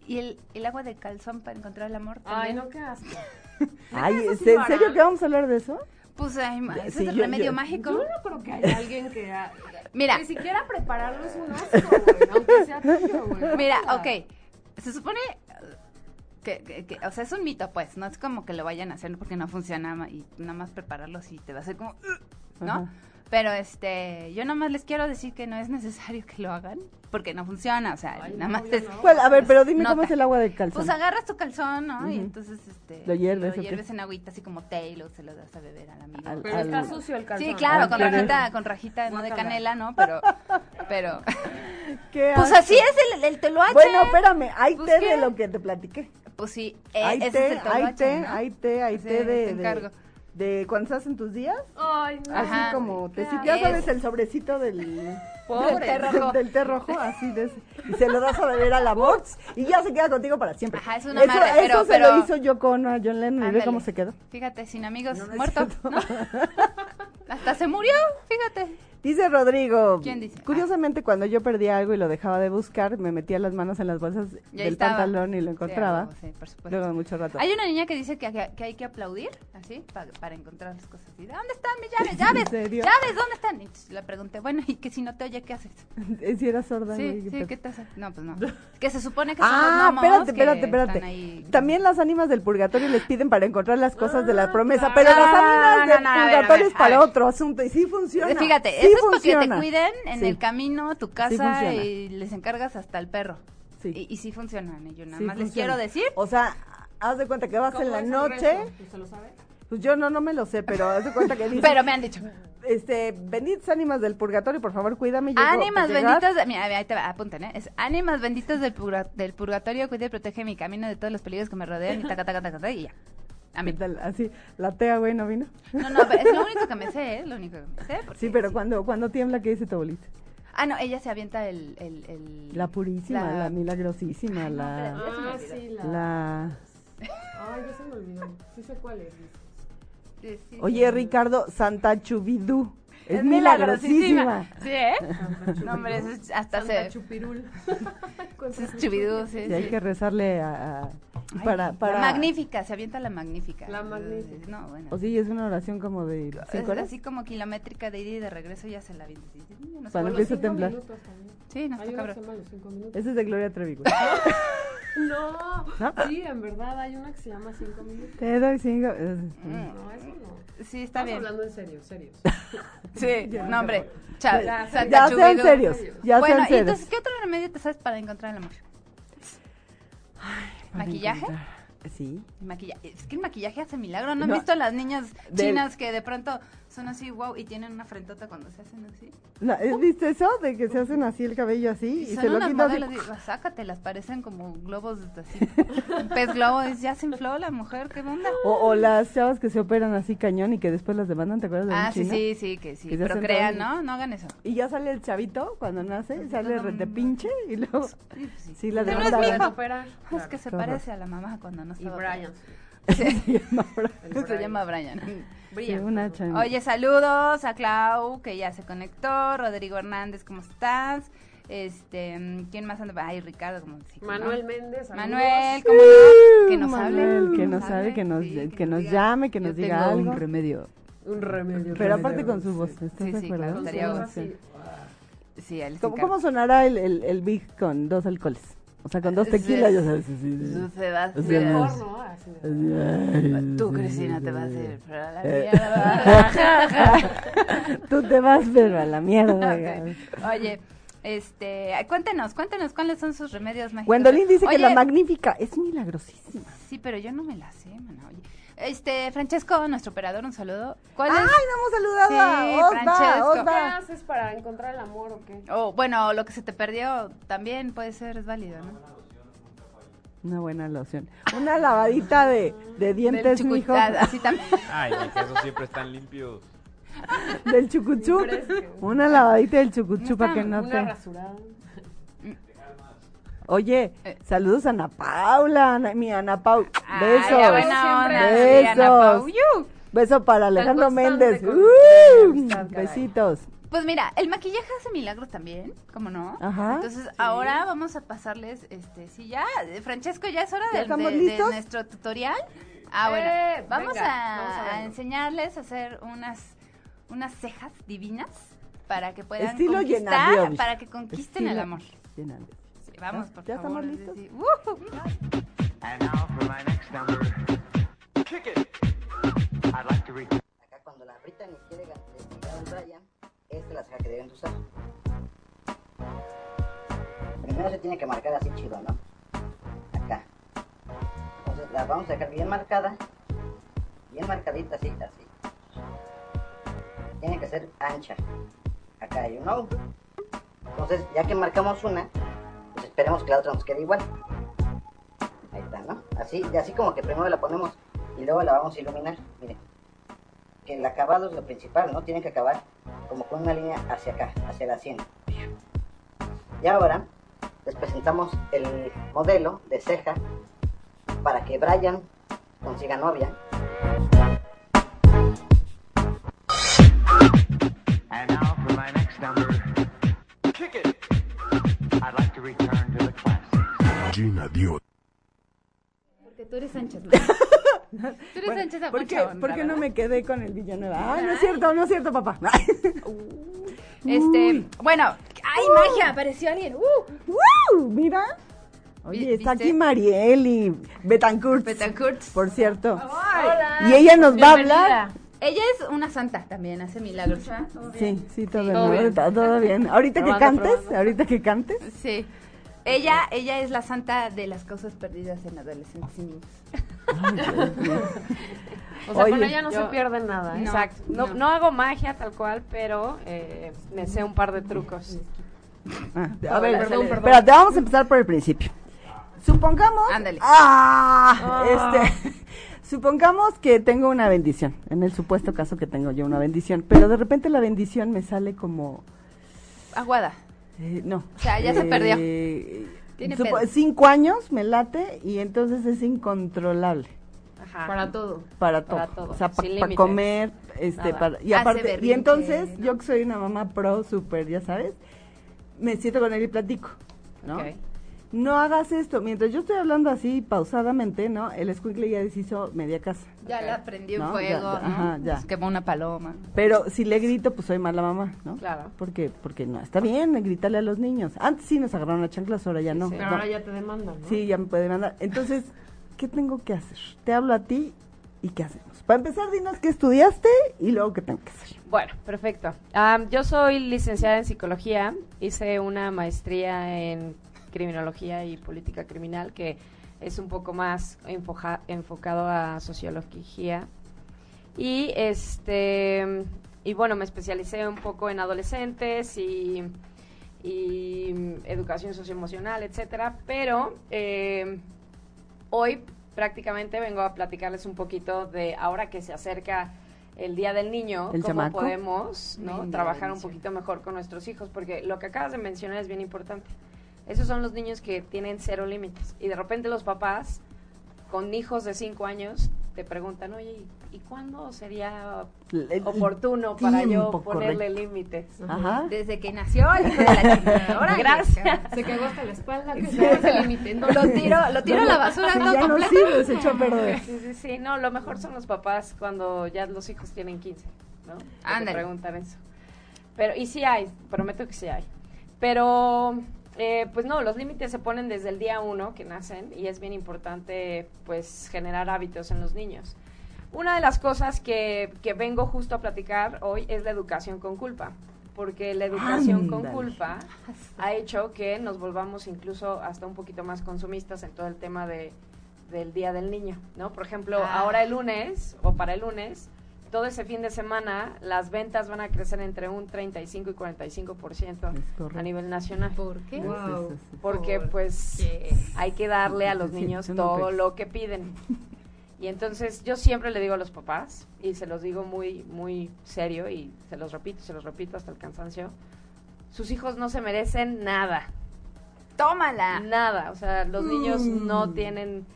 Speaker 5: ¿y el, el agua de calzón para encontrar el amor?
Speaker 6: Ay,
Speaker 5: también?
Speaker 6: no, qué asco. [LAUGHS]
Speaker 4: Ay,
Speaker 6: Eso
Speaker 4: ¿en
Speaker 6: sí
Speaker 4: se-
Speaker 6: lo
Speaker 4: ¿en serio
Speaker 6: harán.
Speaker 4: que vamos a hablar de eso?
Speaker 5: Pues ay, ma, ese
Speaker 4: Sí,
Speaker 5: es el
Speaker 4: yo-
Speaker 5: remedio
Speaker 4: yo-
Speaker 5: mágico.
Speaker 6: Yo no creo que haya alguien que... ha-
Speaker 5: Mira.
Speaker 6: Ni siquiera prepararlo es un asco, güey. Aunque sea tuyo, [LAUGHS]
Speaker 4: [LAUGHS]
Speaker 6: güey.
Speaker 5: Mira,
Speaker 6: O sea,
Speaker 5: ok. Se supone uh, que, que- que- o sea, es un mito, pues. No es como que lo vayan a hacer porque no funciona ma- y nada más prepararlos y te va a hacer como, "Ugh", ¿no?
Speaker 4: Ajá.
Speaker 5: Pero este, yo nada más les quiero decir que no es necesario que lo hagan porque no funciona, o sea,
Speaker 6: Ay,
Speaker 5: nada
Speaker 6: no,
Speaker 5: más
Speaker 6: yo
Speaker 5: es.
Speaker 6: no.
Speaker 4: ¿Cuál? Pues, A ver, pero dime cómo
Speaker 5: Nota.
Speaker 4: es el agua del calzón.
Speaker 5: Pues agarras tu calzón, ¿no? Y
Speaker 4: Ujú.
Speaker 5: entonces este
Speaker 4: Lo hierves, ¿o qué?
Speaker 5: en agüita así como té y lo, se lo das a beber al amigo.
Speaker 4: Al-
Speaker 6: Pero está sucio el calzón.
Speaker 5: Sí, claro, con
Speaker 4: Al-
Speaker 5: rajita, con rajita, no de
Speaker 6: Guácala.
Speaker 5: canela, ¿no? Pero, pero,
Speaker 4: [LAUGHS] ¿Qué
Speaker 5: pues
Speaker 4: haces?
Speaker 5: así es el, el teloache.
Speaker 4: Bueno, espérame, hay
Speaker 5: Pues,
Speaker 4: té
Speaker 5: ¿qué?
Speaker 4: de lo que te platiqué.
Speaker 5: Pues sí, eh,
Speaker 4: Hay
Speaker 5: ese es
Speaker 4: té,
Speaker 5: el teloache,
Speaker 4: hay té,
Speaker 5: ¿no?
Speaker 4: hay té, hay
Speaker 5: Ese
Speaker 4: té
Speaker 5: te
Speaker 4: de,
Speaker 5: encargo.
Speaker 4: de, de cuando estás en tus días.
Speaker 6: Ay, no.
Speaker 5: Ajá. Ah,
Speaker 4: Así como, te, si
Speaker 6: Claro.
Speaker 4: ya sabes el sobrecito del,
Speaker 5: Pobre.
Speaker 4: del té rojo, del té rojo, así de ese. Y se lo das a beber a la Mox y ya se queda contigo para siempre.
Speaker 5: Ajá, es un
Speaker 4: eso,
Speaker 5: amarre, pero-
Speaker 4: eso se
Speaker 5: pero-
Speaker 4: lo hizo yo con a John Lennon y ve
Speaker 5: Ándale.
Speaker 4: cómo se quedó.
Speaker 5: Fíjate, sin amigos,
Speaker 4: No, no es
Speaker 5: muerto.
Speaker 4: cierto.
Speaker 5: ¿no? [LAUGHS] Hasta se murió, fíjate.
Speaker 4: Dice Rodrigo.
Speaker 5: ¿Quién dice? Ah.
Speaker 4: Curiosamente, cuando yo perdía algo y lo dejaba de buscar, me metía las manos en las bolsas
Speaker 5: Y ahí
Speaker 4: del
Speaker 5: estaba.
Speaker 4: pantalón y lo
Speaker 5: Sí, pues.
Speaker 4: encontraba.
Speaker 5: a huevo, sí, por supuesto.
Speaker 4: Luego de mucho rato. [LAUGHS]
Speaker 5: Hay una niña que dice que, que- que hay que aplaudir, así, pa- para encontrar las cosas. Y, ¿Dónde están mis llaves?
Speaker 4: [LAUGHS]
Speaker 5: ¿Llaves?
Speaker 4: serio?
Speaker 5: ¿Llaves? ¿Dónde están? Y entonces le pregunté, bueno, y que si no te oye, ¿qué haces?
Speaker 4: Eh, Si era sorda.
Speaker 5: Sí,
Speaker 4: güey,
Speaker 5: sí,
Speaker 4: pero-
Speaker 5: ¿qué te hace? No, pues
Speaker 4: [LAUGHS]
Speaker 5: no. Que se supone que son
Speaker 4: Ah,
Speaker 5: los gnomos
Speaker 4: espérate,
Speaker 5: que
Speaker 4: espérate,
Speaker 5: están ahí-
Speaker 4: espérate. También las ánimas del purgatorio les piden para encontrar las cosas de la promesa,
Speaker 6: claro.
Speaker 4: pero las
Speaker 5: No, Ah, no, no,
Speaker 4: ánimas del
Speaker 5: no, a ver, a
Speaker 4: purgatorio
Speaker 5: ver,
Speaker 4: es
Speaker 5: a
Speaker 4: para
Speaker 5: ver.
Speaker 4: otro asunto y sí funciona.
Speaker 5: Fíjate,
Speaker 4: sí
Speaker 5: eso es porque te
Speaker 4: funciona.
Speaker 5: cuiden en
Speaker 4: Sí,
Speaker 5: el camino, tu casa
Speaker 4: funciona.
Speaker 5: y les encargas hasta el perro.
Speaker 4: Sí.
Speaker 5: Y, y sí funcionan, y yo nada
Speaker 4: sí
Speaker 5: más les
Speaker 4: funciona.
Speaker 5: quiero decir.
Speaker 4: O sea, haz de cuenta que vas
Speaker 6: ¿Cómo
Speaker 4: en la
Speaker 6: es el
Speaker 4: noche,
Speaker 6: rezo? ¿Tú ¿Se lo sabes?
Speaker 4: pues yo no, no me lo sé, pero haz de
Speaker 5: [LAUGHS]
Speaker 4: cuenta que dice,
Speaker 5: Pero me han dicho.
Speaker 4: este, benditas ánimas del purgatorio, por favor, cuídame. llego
Speaker 5: Ánimas
Speaker 4: a pues, llegar".
Speaker 5: benditas, de- mira, a ver, ahí te va, apunten, ¿eh? Es ánimas benditas del, purga- del purgatorio, cuida y protege mi camino de todos los peligros que me rodean y taca, taca, taca, taca, y ya.
Speaker 4: ¿Qué
Speaker 5: Amén.
Speaker 4: tal? Así, la tea, güey, no vino.
Speaker 5: No, no, pero es lo único que me sé, es lo único que me sé. porque
Speaker 4: Sí, pero cuando, cuando tiembla, ¿qué dice tu abuelita?
Speaker 5: Ah, no, ella se avienta el... el, el-
Speaker 4: La purísima, la, milagrosísima,
Speaker 5: pero-
Speaker 4: la,
Speaker 5: Ya se me
Speaker 6: Ah,
Speaker 5: olvidó.
Speaker 6: sí, la...
Speaker 4: la...
Speaker 6: Ay, ya se me olvidó. Sí sé cuál es.
Speaker 5: Sí, sí.
Speaker 4: Oye, Ricardo, Santa Chubidú. Es,
Speaker 5: Es
Speaker 4: milagrosísima.
Speaker 5: Sí, ¿eh? No, hombre, eso es- hasta
Speaker 6: Santa
Speaker 5: se...
Speaker 6: Chupirul.
Speaker 5: eso es chubidú, sí,
Speaker 4: Y hay
Speaker 5: sí.
Speaker 4: que rezarle a, a-
Speaker 5: Ay,
Speaker 4: para, para.
Speaker 5: La magnífica, se avienta la magnífica.
Speaker 6: La magnífica.
Speaker 5: No, bueno.
Speaker 4: O sí, es una oración como de
Speaker 5: es
Speaker 4: cinco horas.
Speaker 5: así como kilométrica de ida y de regreso ya se la avienta. Sí, no sé
Speaker 4: Para
Speaker 5: cómo
Speaker 4: que se
Speaker 5: lo-
Speaker 4: te- temblar.
Speaker 6: minutos también.
Speaker 5: Sí, no
Speaker 6: Hay
Speaker 5: está
Speaker 6: una que
Speaker 5: cabrón.
Speaker 6: se llama los cinco minutos.
Speaker 4: Ese es de Gloria Trevi.
Speaker 5: [LAUGHS]
Speaker 4: güey.
Speaker 6: No,
Speaker 4: ¿No?
Speaker 6: sí, en verdad hay una que se llama cinco minutos.
Speaker 4: Te doy cinco. es-
Speaker 5: Mm.
Speaker 6: No, eso no.
Speaker 5: Sí, está
Speaker 6: Estamos
Speaker 5: bien.
Speaker 6: hablando en serio, serios.
Speaker 5: Sí, no, hombre. Chao.
Speaker 6: Ya,
Speaker 5: Santa
Speaker 4: Ya
Speaker 5: Chubidú.
Speaker 4: sean serios. Ya
Speaker 5: bueno,
Speaker 4: sean
Speaker 5: y
Speaker 4: serios.
Speaker 5: entonces, ¿qué otro remedio te sabes para encontrar el amor?
Speaker 4: Para
Speaker 5: ¿Maquillaje?
Speaker 4: encontrar- Sí.
Speaker 5: Maquillaje. Es que el maquillaje hace milagro. ¿No, han
Speaker 4: No.
Speaker 5: visto a las niñas
Speaker 4: Del-
Speaker 5: chinas que de pronto son así, wow, y tienen una frentota cuando se hacen así?
Speaker 4: La- eh, ¿Viste eso? De que se hacen así el cabello así y,
Speaker 5: son
Speaker 4: se lo
Speaker 5: unas
Speaker 4: quitan.
Speaker 5: modelos,
Speaker 4: así.
Speaker 5: digo, sácatelas, parecen como globos así. un pez globo, dices, ya se infló la mujer, ¿qué onda?
Speaker 4: O, o las chavas que se operan así cañón y que después las demandan, ¿te acuerdas de
Speaker 5: ah,
Speaker 4: un
Speaker 5: sí,
Speaker 4: chino?
Speaker 5: sí, sí, que sí.
Speaker 4: Que se
Speaker 5: Pero
Speaker 4: hacen
Speaker 5: crean,
Speaker 4: todo
Speaker 5: ¿no? No hagan eso.
Speaker 4: Y ya sale el chavito cuando nace, sale rete pinche
Speaker 5: [LAUGHS]
Speaker 4: y luego.
Speaker 5: Sí, pues sí.
Speaker 4: Oh, Sí, la
Speaker 5: Pero no
Speaker 4: demanda,
Speaker 5: es mi
Speaker 4: ¿verdad?
Speaker 5: hijo.
Speaker 6: Operar.
Speaker 5: Es que se
Speaker 4: Claro.
Speaker 5: parece a la mamá cuando no
Speaker 6: Y
Speaker 5: estaba.
Speaker 6: Brian.
Speaker 4: [LAUGHS] Sí, no, pero-
Speaker 5: [LAUGHS] Se llama
Speaker 6: [LAUGHS]
Speaker 5: Brian.
Speaker 4: sí, una changa.
Speaker 5: Oye, saludos a Clau, que ya se conectó. Rodrigo Hernández, ¿cómo estás? Este, mm, ¿quién más anda? Ay, Ricardo, como sí, ¿cómo no?
Speaker 6: Manuel Méndez. saludos.
Speaker 5: Manuel, ¿cómo no? Que nos
Speaker 4: Manuel,
Speaker 5: hable.
Speaker 4: que nos hable, que nos,
Speaker 5: sí,
Speaker 4: que nos
Speaker 5: diga.
Speaker 4: llame, que
Speaker 7: Yo
Speaker 4: nos
Speaker 7: tengo
Speaker 4: diga algo.
Speaker 7: un remedio.
Speaker 6: Un remedio.
Speaker 4: Pero aparte
Speaker 6: remedio.
Speaker 4: con su voz, ¿estás
Speaker 5: Sí,
Speaker 4: de
Speaker 5: sí,
Speaker 4: acuerdo?
Speaker 5: claro, estaría
Speaker 6: voz
Speaker 5: bueno.
Speaker 6: así.
Speaker 5: Sí, a él sí
Speaker 4: ¿Cómo,
Speaker 5: encargo.
Speaker 4: cómo sonará el, el, el Big con dos alcoholes? O sea, con dos tequilas, ya sabes. así,
Speaker 5: Tú
Speaker 4: así.
Speaker 5: te vas a
Speaker 4: Sí,
Speaker 5: ir a-
Speaker 6: Mejor, ¿no? Así de-
Speaker 5: Tú, Cristina, te vas a ir para la
Speaker 4: Eh.
Speaker 5: mierda.
Speaker 4: [LAUGHS] Tú te vas, pero a la mierda. güey.
Speaker 5: [LAUGHS] Ok. Oye, este, ay, cuéntenos, cuéntenos cuáles son sus remedios mágicos.
Speaker 4: Gwendolyn dice
Speaker 5: Oye,
Speaker 4: que la magnífica es milagrosísima.
Speaker 5: Sí, pero yo no me la sé, mana. Oye, Este, Francesco, nuestro operador, un saludo. ¿Cuál
Speaker 4: ¡Ay,
Speaker 5: es?
Speaker 4: no hemos saludado
Speaker 5: Sí,
Speaker 4: a Osva,
Speaker 5: Francesco.
Speaker 8: ¿Qué
Speaker 4: Osva!
Speaker 8: haces para encontrar el amor o qué?
Speaker 5: O, bueno, lo que se te perdió también puede ser, es válido, ¿no?
Speaker 4: Una buena loción. Una lavadita de, de
Speaker 5: Del
Speaker 4: dientes, mijo.
Speaker 5: chucuitad, así [LAUGHS] también.
Speaker 7: Ay, mis quesos siempre están limpios.
Speaker 4: [LAUGHS] Del chucuchú.
Speaker 8: fresco.
Speaker 4: Una lavadita del chucuchú
Speaker 5: No
Speaker 4: para
Speaker 5: está-
Speaker 4: que no
Speaker 8: Una
Speaker 4: te...
Speaker 8: rasurada.
Speaker 4: Oye,
Speaker 5: Eh.
Speaker 4: saludos a Ana Paula, Ana- mi Ana Paula. Besos.
Speaker 5: Ay, la buena Ah, onda,
Speaker 4: Besos.
Speaker 5: sí, Ana Pau. ¡Yu!
Speaker 4: Beso para Alejandro
Speaker 8: constante
Speaker 4: Méndez.
Speaker 8: con-
Speaker 4: ¡Uh!
Speaker 8: de amistad, caray.
Speaker 4: Besitos.
Speaker 5: Pues mira, el maquillaje hace milagros también, ¿cómo no?
Speaker 4: Ajá.
Speaker 5: Entonces ahora vamos a pasarles, este, sí, ya, eh, Francesco, ya es hora
Speaker 4: ¿Ya
Speaker 5: del- de,
Speaker 4: estamos
Speaker 5: de
Speaker 4: listos?
Speaker 5: nuestro tutorial. Ah, bueno,
Speaker 8: Eh,
Speaker 5: vamos,
Speaker 8: venga,
Speaker 5: a,
Speaker 8: vamos a verlo.
Speaker 5: a enseñarles a hacer unas, unas cejas divinas para que puedan
Speaker 4: Estilo
Speaker 5: conquistar,
Speaker 4: Yenadiovic.
Speaker 5: para que conquisten el
Speaker 4: Estilo
Speaker 5: amor.
Speaker 4: Yenadiovic.
Speaker 5: Sí, vamos, por
Speaker 4: ¿Ya
Speaker 5: favor.
Speaker 4: estamos listos?
Speaker 5: sí, sí. ¡Woo!
Speaker 9: And now for my next number. Kick it! I'd like to read.
Speaker 10: Acá cuando la Brittany quiere ganar el Brian, esta es la ceja que deben de usar. Primero se tiene que marcar así chido, ¿no? Acá. Entonces la vamos a dejar bien marcada, bien marcadita así, así. Tiene que ser ancha. Acá, you know. Entonces, ya que marcamos una, pues esperemos que la otra nos quede igual. Ahí está, ¿no? Así, y así como que primero la ponemos y luego la vamos a iluminar. Miren que el acabado es lo principal, ¿no? Tienen que acabar como con una línea hacia acá, hacia la sien. Y ahora les presentamos el modelo de ceja para que Brian consiga novia.
Speaker 9: And now for my next number. Kick it! I'd like to return to the classics.
Speaker 1: Gina Diot.
Speaker 5: Porque tú eres Sánchez.
Speaker 4: [LAUGHS]
Speaker 5: ¿no? tú eres
Speaker 4: Bueno,
Speaker 5: Sánchez
Speaker 4: ¿Por qué,
Speaker 5: Aguachón,
Speaker 4: por qué
Speaker 5: la
Speaker 4: no
Speaker 5: verdad.
Speaker 4: me quedé con el Villanueva? Ay, no es cierto, no es cierto, papá.
Speaker 5: Este, bueno, ¡ay,
Speaker 4: ¡Uh!
Speaker 5: magia! Apareció alguien. ¡Uh!
Speaker 4: ¡Wow! Mira. Oye,
Speaker 5: Vi-
Speaker 4: está
Speaker 5: ¿viste?
Speaker 4: aquí Marieli Betancourt.
Speaker 5: Betancourt.
Speaker 4: Por cierto.
Speaker 8: Hola.
Speaker 4: Y ella nos va a hablar.
Speaker 8: Bienvenida.
Speaker 5: Ella es una santa también, hace milagros.
Speaker 4: Sí, sí, todo,
Speaker 8: todo
Speaker 4: bien.
Speaker 8: bien.
Speaker 4: Todo, todo bien. Ahorita que
Speaker 8: Probando,
Speaker 4: cantes,
Speaker 8: probando.
Speaker 4: ahorita que cantes.
Speaker 5: Sí. Ella, ella es la santa de las causas perdidas en adolescentes y niños.
Speaker 8: O sea, con
Speaker 4: Oye,
Speaker 8: ella no
Speaker 6: yo-
Speaker 8: se pierde nada. ¿eh?
Speaker 5: No,
Speaker 6: Exacto. No,
Speaker 5: no.
Speaker 6: no hago magia tal cual, pero eh, me sé un par de trucos.
Speaker 4: Ah, a
Speaker 6: Perdón,
Speaker 4: ver,
Speaker 6: perdón, perdón.
Speaker 4: espérate, vamos a empezar por el principio. Supongamos.
Speaker 5: Ándale.
Speaker 4: Ah, este. [LAUGHS] Supongamos que tengo una bendición, en el supuesto caso que tengo yo una bendición, pero de repente la bendición me sale como
Speaker 5: Aguada.
Speaker 4: Eh, no.
Speaker 5: O sea, ya se perdió. Tiene
Speaker 4: Tiene
Speaker 5: pedo.
Speaker 4: cinco años me late y entonces es incontrolable
Speaker 6: Ajá.
Speaker 8: Para todo.
Speaker 4: para todo.
Speaker 6: Para todo,
Speaker 4: O sea, para
Speaker 6: sin límites.
Speaker 4: comer, este,
Speaker 6: Nada.
Speaker 4: para, y
Speaker 5: Hace
Speaker 4: aparte, y
Speaker 5: berrinche,
Speaker 4: entonces
Speaker 5: ¿no?
Speaker 4: yo que soy una mamá pro, súper, ya sabes, me siento con él y platico, ¿no?
Speaker 6: Ok.
Speaker 4: No hagas esto, mientras yo estoy hablando así pausadamente, ¿no? El escuincle ya deshizo media casa.
Speaker 5: Ya la prendió
Speaker 4: No,
Speaker 5: en fuego,
Speaker 4: ya, ya,
Speaker 5: ¿no?
Speaker 4: ajá, ya.
Speaker 5: Pues quemó una paloma.
Speaker 4: Pero si le grito, pues soy mala mamá, ¿no?
Speaker 6: Claro.
Speaker 4: Porque, porque no está bien gritarle a los niños. Antes sí nos agarraron a chanclas, ahora ya no.
Speaker 6: sí.
Speaker 8: Pero
Speaker 4: No.
Speaker 8: ahora ya te demandan, ¿no?
Speaker 4: Sí, ya me pueden mandar. Entonces, ¿qué tengo que hacer? Te hablo a ti y ¿qué hacemos? Para empezar, dinos qué estudiaste y luego qué tengo que hacer.
Speaker 6: Bueno, perfecto. Am, yo soy licenciada en psicología, hice una maestría en criminología y política criminal que es un poco más enfoja- enfocado a sociología. Y este y bueno, me especialicé un poco en adolescentes y, y, mm, educación socioemocional, etcétera, pero eh, hoy prácticamente vengo a platicarles un poquito de ahora que se acerca el Día del Niño,
Speaker 4: ¿El
Speaker 6: cómo
Speaker 4: chamaco?
Speaker 6: podemos ¿no?
Speaker 5: Venga,
Speaker 6: trabajar un
Speaker 5: bendición.
Speaker 6: poquito mejor con nuestros hijos, porque lo que acabas de mencionar es bien importante. Esos son los niños que tienen cero límites y de repente los papás con hijos de 5 años te preguntan, oye, ¿y- ¿y cuándo sería
Speaker 4: El- el
Speaker 6: oportuno para yo
Speaker 4: tiempo
Speaker 6: ponerle límites?
Speaker 4: Ajá.
Speaker 5: Desde que nació, el hijo de la chingada.
Speaker 4: [LAUGHS]
Speaker 5: Órale.
Speaker 6: Gracias.
Speaker 8: Se cagó hasta la espalda, que se haga ese límite. No
Speaker 5: Lo tiro, lo tiro a la basura
Speaker 4: Sí,
Speaker 5: todo
Speaker 4: ya no
Speaker 5: completo.
Speaker 4: sirve, se echó a
Speaker 6: [LAUGHS]
Speaker 4: perder.
Speaker 6: Sí, sí, sí, no, lo mejor son los papás cuando ya los hijos tienen 15, ¿no? Que
Speaker 5: Ándale.
Speaker 6: Te preguntan eso. Pero, y sí hay, prometo que sí hay. Pero, eh, pues no, los límites se ponen desde el día uno que nacen y es bien importante, pues, generar hábitos en los niños. Una de las cosas que, que vengo justo a platicar hoy es la educación con culpa, porque la educación con
Speaker 4: Ándale.
Speaker 6: culpa ha hecho que nos volvamos incluso hasta un poquito más consumistas en todo el tema de, del Día del Niño, ¿no? Por ejemplo,
Speaker 5: Ah.
Speaker 6: ahora el lunes o para el lunes, todo ese fin de semana las ventas van a crecer entre un 35 y 45% a nivel nacional.
Speaker 5: ¿Por qué?
Speaker 6: Wow. Porque pues
Speaker 5: qué?
Speaker 6: hay que darle a los
Speaker 4: Sí,
Speaker 6: niños
Speaker 4: yo no
Speaker 6: todo
Speaker 4: pe-
Speaker 6: lo que piden. Y entonces yo siempre le digo a los papás, y se los digo muy, muy serio, y se los repito, se los repito hasta el cansancio, sus hijos no se merecen nada,
Speaker 5: tómala.
Speaker 6: nada. O sea, los niños
Speaker 4: Mm.
Speaker 6: no tienen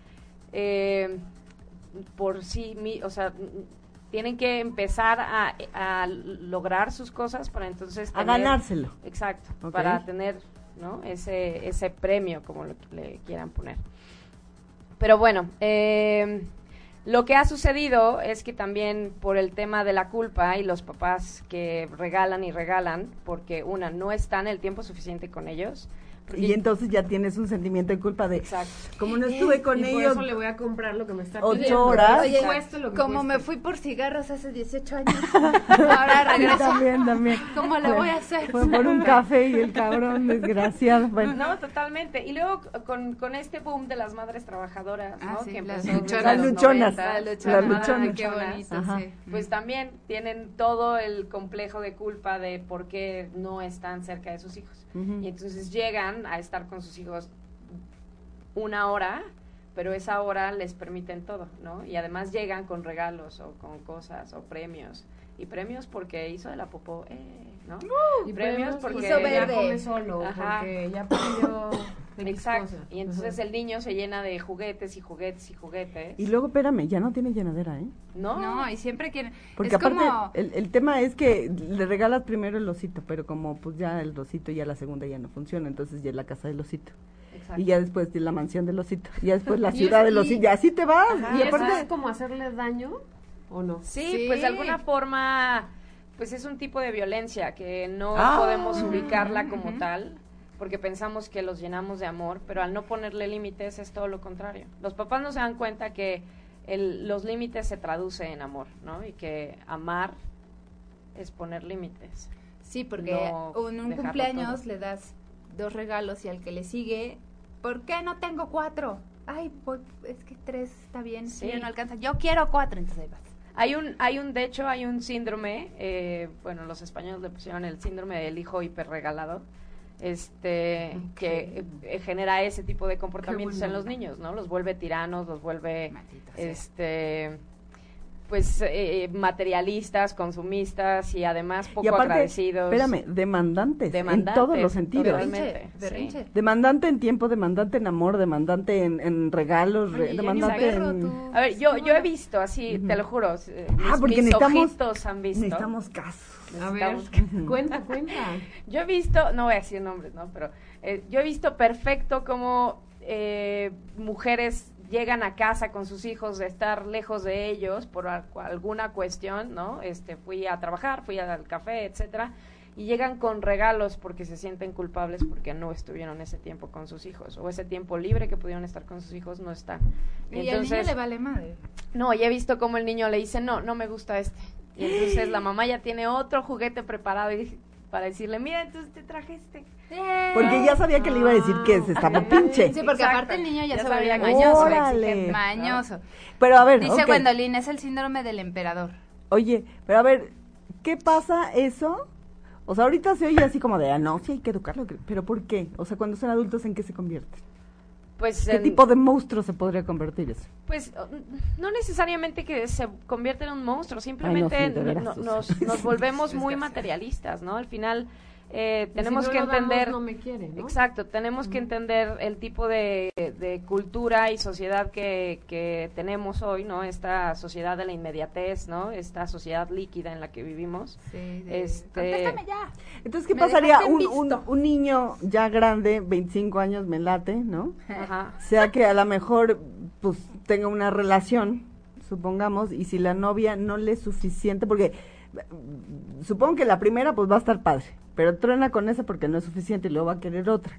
Speaker 6: eh, por sí, mi- o sea, n- tienen que empezar a, a lograr sus cosas para entonces...
Speaker 4: A
Speaker 6: tener-
Speaker 4: ganárselo.
Speaker 6: Exacto,
Speaker 4: Ok.
Speaker 6: para tener ¿no? ese, ese premio, como lo que le quieran poner. Pero bueno, eh, lo que ha sucedido es que también por el tema de la culpa y los papás que regalan y regalan, porque una, no están el tiempo suficiente con ellos. porque-
Speaker 4: Y entonces ya tienes un sentimiento de culpa de,
Speaker 6: Exacto.
Speaker 4: como no estuve con
Speaker 11: y por
Speaker 4: ellos,
Speaker 11: eso le voy a comprar lo que me está
Speaker 4: Ocho
Speaker 11: pidiendo.
Speaker 4: horas.
Speaker 11: Oye,
Speaker 5: Oye,
Speaker 11: cueste lo que
Speaker 5: como me
Speaker 11: cueste.
Speaker 5: fui por cigarros hace 18
Speaker 4: [LAUGHS]
Speaker 5: años, ahora
Speaker 4: Yo
Speaker 5: regreso.
Speaker 4: [LAUGHS] también, también.
Speaker 5: ¿Cómo le
Speaker 4: Fue-
Speaker 5: voy a hacer?
Speaker 4: Fue por un café y el cabrón, desgraciado. Bueno,
Speaker 6: No, totalmente. Y luego c- con, con este boom de las madres trabajadoras,
Speaker 5: Ah,
Speaker 6: ¿no?
Speaker 5: sí,
Speaker 6: que
Speaker 5: las
Speaker 6: empezó
Speaker 5: luchonas.
Speaker 6: desde
Speaker 4: Las
Speaker 6: los
Speaker 4: luchonas.
Speaker 6: 90,
Speaker 4: Las
Speaker 5: luchonas.
Speaker 6: las
Speaker 4: Las luchonas.
Speaker 5: Qué
Speaker 6: luchonas.
Speaker 5: bonito,
Speaker 4: Ajá.
Speaker 5: sí.
Speaker 6: pues también tienen todo el complejo de culpa de por qué no están cerca de sus hijos.
Speaker 4: Ujú.
Speaker 6: Y entonces llegan a estar con sus hijos una hora, pero esa hora les permiten todo, ¿no? Y además llegan con regalos o con cosas o premios. Y premios porque hizo de la popó, eh, ¿no?
Speaker 11: Y
Speaker 6: premios porque
Speaker 5: Hizo
Speaker 11: ya
Speaker 5: verde.
Speaker 11: come solo,
Speaker 6: Ajá.
Speaker 11: porque ya pidió X
Speaker 6: Exacto.
Speaker 11: cosa.
Speaker 6: Y entonces
Speaker 11: Ajá.
Speaker 6: el niño se llena de juguetes y juguetes y juguetes.
Speaker 4: Y luego, espérame, ya no tiene llenadera, ¿eh?
Speaker 6: ¿No?
Speaker 5: No, y siempre quieren.
Speaker 4: Porque
Speaker 5: es
Speaker 4: aparte, eh,
Speaker 5: como.
Speaker 4: el, el tema es que le regalas primero el osito, pero como pues ya el osito ya la segunda ya no funciona, entonces ya es la casa del osito.
Speaker 6: Exacto.
Speaker 4: Y ya después la mansión del osito, ya después la
Speaker 11: Y
Speaker 4: ciudad
Speaker 11: es-
Speaker 4: del
Speaker 11: y-
Speaker 4: osito, y así te vas.
Speaker 6: Ajá.
Speaker 4: y
Speaker 11: ¿Y eso es
Speaker 4: aparte,
Speaker 11: como hacerle daño o no?
Speaker 6: Sí,
Speaker 5: Sí.
Speaker 6: pues de alguna forma, pues es un tipo de violencia que no
Speaker 4: Ah.
Speaker 6: podemos ubicarla como
Speaker 5: Ujú.
Speaker 6: tal, porque pensamos que los llenamos de amor, pero al no ponerle límites es todo lo contrario. Los papás no se dan cuenta que el- los límites se traducen en amor, ¿no? Y que amar es poner límites.
Speaker 5: Sí, porque
Speaker 6: no
Speaker 5: en un
Speaker 6: dejarlo
Speaker 5: cumpleaños
Speaker 6: todo.
Speaker 5: le das dos regalos y al que le sigue, ¿por qué no tengo cuatro? Ay, pues, es que tres está bien,
Speaker 6: Sí.
Speaker 5: sí. no alcanza. Yo quiero cuatro, entonces ahí vas.
Speaker 6: Hay un, hay un, de hecho, hay un síndrome, eh, bueno, los españoles le pusieron el síndrome del hijo hiperregalado, este, que eh, genera ese tipo de comportamientos en los niños, ¿no? Los vuelve tiranos, los vuelve,
Speaker 5: Maldito sea.
Speaker 6: este, pues, eh, materialistas, consumistas y además poco
Speaker 4: y aparte,
Speaker 6: agradecidos.
Speaker 4: espérame, demandantes,
Speaker 6: demandantes,
Speaker 4: en todos los sentidos.
Speaker 6: totalmente, sí.
Speaker 5: berrinche.
Speaker 4: Demandante en tiempo, demandante en amor, demandante en, en regalos, re-
Speaker 5: Oye, yo ni
Speaker 4: demandante
Speaker 5: perro,
Speaker 4: en...
Speaker 5: tú.
Speaker 6: A ver, yo,
Speaker 5: ¿Cómo
Speaker 6: yo he
Speaker 5: no?
Speaker 6: visto así, te lo juro, eh,
Speaker 4: Ah,
Speaker 6: mis,
Speaker 4: porque
Speaker 6: mis
Speaker 4: necesitamos-
Speaker 6: ojitos han visto.
Speaker 4: Necesitamos casos.
Speaker 11: A ver,
Speaker 6: Necesitamos-
Speaker 11: cuenta, cuenta.
Speaker 6: Yo he visto, no voy a decir nombres, ¿no? Pero eh, yo he visto perfecto cómo eh, mujeres llegan a casa con sus hijos de estar lejos de ellos por al- alguna cuestión, ¿no? Este, fui a trabajar, fui al café, etcétera, y llegan con regalos porque se sienten culpables porque no estuvieron ese tiempo con sus hijos o ese tiempo libre que pudieron estar con sus hijos no están.
Speaker 5: Y al niño le vale madre.
Speaker 6: No, ya he visto cómo el niño le dice, no, no me gusta este. Y entonces la mamá ya tiene otro juguete preparado y- para decirle, mira, entonces te traje este.
Speaker 4: Porque ya sabía que le iba a decir que se estaba pinche.
Speaker 5: Sí, porque
Speaker 6: Exacto.
Speaker 5: aparte el niño ya,
Speaker 6: Ya
Speaker 5: se
Speaker 6: sabía
Speaker 5: volvió
Speaker 6: que
Speaker 5: mañoso.
Speaker 4: Órale.
Speaker 5: exigente, Mañoso.
Speaker 4: Pero a ver,
Speaker 5: Dice
Speaker 4: ok.
Speaker 5: Gwendolyn, es el síndrome del emperador.
Speaker 4: Oye, pero a ver, ¿qué pasa eso? O sea, ahorita se oye así como de, ah, no, sí hay que educarlo, que- pero ¿por qué? O sea, cuando son adultos, ¿en qué se convierten?
Speaker 6: Pues,
Speaker 4: ¿Qué
Speaker 6: en-
Speaker 4: tipo de monstruo se podría convertir eso?
Speaker 6: pues o- no necesariamente que se convierta en un monstruo, simplemente
Speaker 4: Ay, no, sí, de veras,
Speaker 6: no-
Speaker 4: Susan.
Speaker 6: nos, nos volvemos muy
Speaker 5: Desgraciado.
Speaker 6: materialistas, ¿no? Al final eh,
Speaker 11: Y si
Speaker 6: tenemos
Speaker 11: no
Speaker 6: que
Speaker 11: lo damos,
Speaker 6: entender...
Speaker 11: no me quiere, ¿no?
Speaker 6: Exacto, tenemos que entender el tipo de, de cultura y sociedad que, que tenemos hoy, ¿no? Esta sociedad de la inmediatez, ¿no? Esta sociedad líquida en la que vivimos.
Speaker 5: Sí,
Speaker 6: de- Este-
Speaker 5: Contéstame ya.
Speaker 4: Entonces, ¿qué
Speaker 5: Me
Speaker 4: pasaría?
Speaker 5: dejaste en
Speaker 4: Un, un-
Speaker 5: visto.
Speaker 4: un niño ya grande, 25 años, me
Speaker 5: [LAUGHS]
Speaker 4: late, ¿no?
Speaker 6: Ajá.
Speaker 4: Sea que a lo mejor, pues, tenga una relación, supongamos, y si la novia no le es suficiente, porque mm, supongo que la primera, pues, va a estar padre, pero truena con esa porque no es suficiente y luego va a querer otra.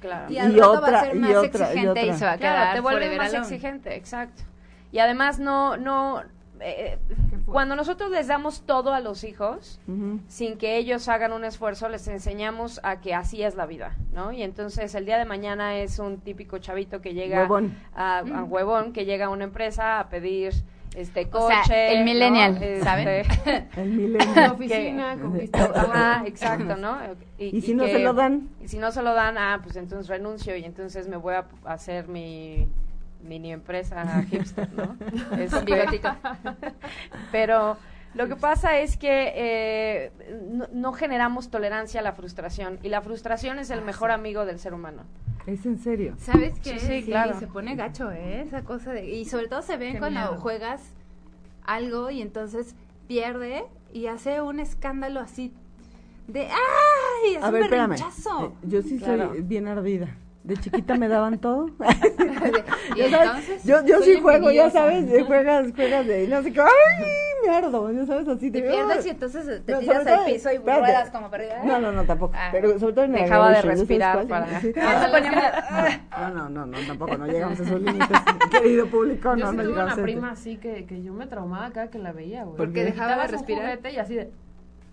Speaker 6: Claro.
Speaker 5: Y al
Speaker 4: Y
Speaker 5: rato va
Speaker 4: otra,
Speaker 5: a ser
Speaker 4: y
Speaker 5: más
Speaker 4: otra, y
Speaker 5: exigente y,
Speaker 4: otra.
Speaker 5: se va a
Speaker 6: Claro,
Speaker 5: quedar
Speaker 6: te vuelves
Speaker 5: forever
Speaker 6: más
Speaker 5: alone.
Speaker 6: exigente, exacto. Y además no, no, eh,
Speaker 11: Qué Cuando nosotros les damos todo a los hijos,
Speaker 4: Ujú.
Speaker 11: sin que ellos hagan un esfuerzo, les enseñamos a que así es la vida, ¿no? Y entonces el día de mañana es un típico chavito que llega
Speaker 4: Huevón. Mm.
Speaker 11: a, a huevón, que llega a una empresa a pedir este
Speaker 5: O
Speaker 11: coche,
Speaker 5: sea, el
Speaker 11: ¿no?
Speaker 5: millennial,
Speaker 11: Este,
Speaker 5: ¿saben?
Speaker 4: El
Speaker 5: [LAUGHS]
Speaker 6: La
Speaker 4: milenio.
Speaker 6: oficina,
Speaker 4: ¿Qué?
Speaker 6: conquistadora.
Speaker 11: [LAUGHS] Ajá, exacto, ¿no?
Speaker 4: ¿Y si no se lo dan?
Speaker 11: Y si no se lo dan, ah, pues entonces renuncio y entonces me voy a p- hacer mi mini empresa hipster,
Speaker 6: [LAUGHS]
Speaker 11: ¿no? Es un bigotito. Pero lo que pasa es que eh, no, no generamos tolerancia a la frustración y la frustración
Speaker 6: Ah,
Speaker 11: es el mejor amigo del ser humano.
Speaker 4: Es en serio.
Speaker 5: ¿Sabes qué?
Speaker 11: Sí, sí, claro.
Speaker 5: se pone gacho, ¿eh? Esa cosa de... Y sobre todo se ven
Speaker 6: Qué
Speaker 5: cuando
Speaker 6: miedo.
Speaker 5: juegas algo y entonces pierde y hace un escándalo así de... ¡Ay! Es
Speaker 4: A
Speaker 5: un
Speaker 4: ver, espérame.
Speaker 5: berrinchazo!
Speaker 4: Eh, Yo sí
Speaker 11: Claro.
Speaker 4: soy bien ardida. De chiquita me daban todo.
Speaker 5: [LAUGHS] Y
Speaker 4: Ya [LAUGHS] sabes,
Speaker 5: entonces,
Speaker 4: yo yo
Speaker 5: soy
Speaker 4: sí juego, ya
Speaker 5: envidiosa.
Speaker 4: sabes, eh, juegas, juegas de no sé qué. ¡Ay! Me ardo, ya sabes, así
Speaker 5: Te
Speaker 4: de,
Speaker 5: pierdes
Speaker 4: ¡ay!
Speaker 5: y entonces te
Speaker 4: No,
Speaker 5: tiras
Speaker 4: sobre todo-
Speaker 5: al piso y
Speaker 4: espérate.
Speaker 5: ruedas como perdida.
Speaker 4: No, no, no, tampoco.
Speaker 5: Ah.
Speaker 4: Pero sobre todo en
Speaker 11: Dejaba de
Speaker 4: Aggravation, ¿ya sabes cuál?
Speaker 11: respirar para...
Speaker 4: Sí.
Speaker 5: Ah, se ponía- Ah,
Speaker 4: No, no, no, no, tampoco, no llegamos a esos límites, [LAUGHS] querido público,
Speaker 6: yo
Speaker 4: no,
Speaker 6: sí
Speaker 4: no
Speaker 6: tuve
Speaker 4: llegamos
Speaker 6: una
Speaker 4: a
Speaker 6: prima así que, que yo me traumaba cada que la veía, güey.
Speaker 5: Porque
Speaker 6: Le
Speaker 5: dejaba de
Speaker 6: quitabas un
Speaker 5: respirar.
Speaker 6: juguete y así de...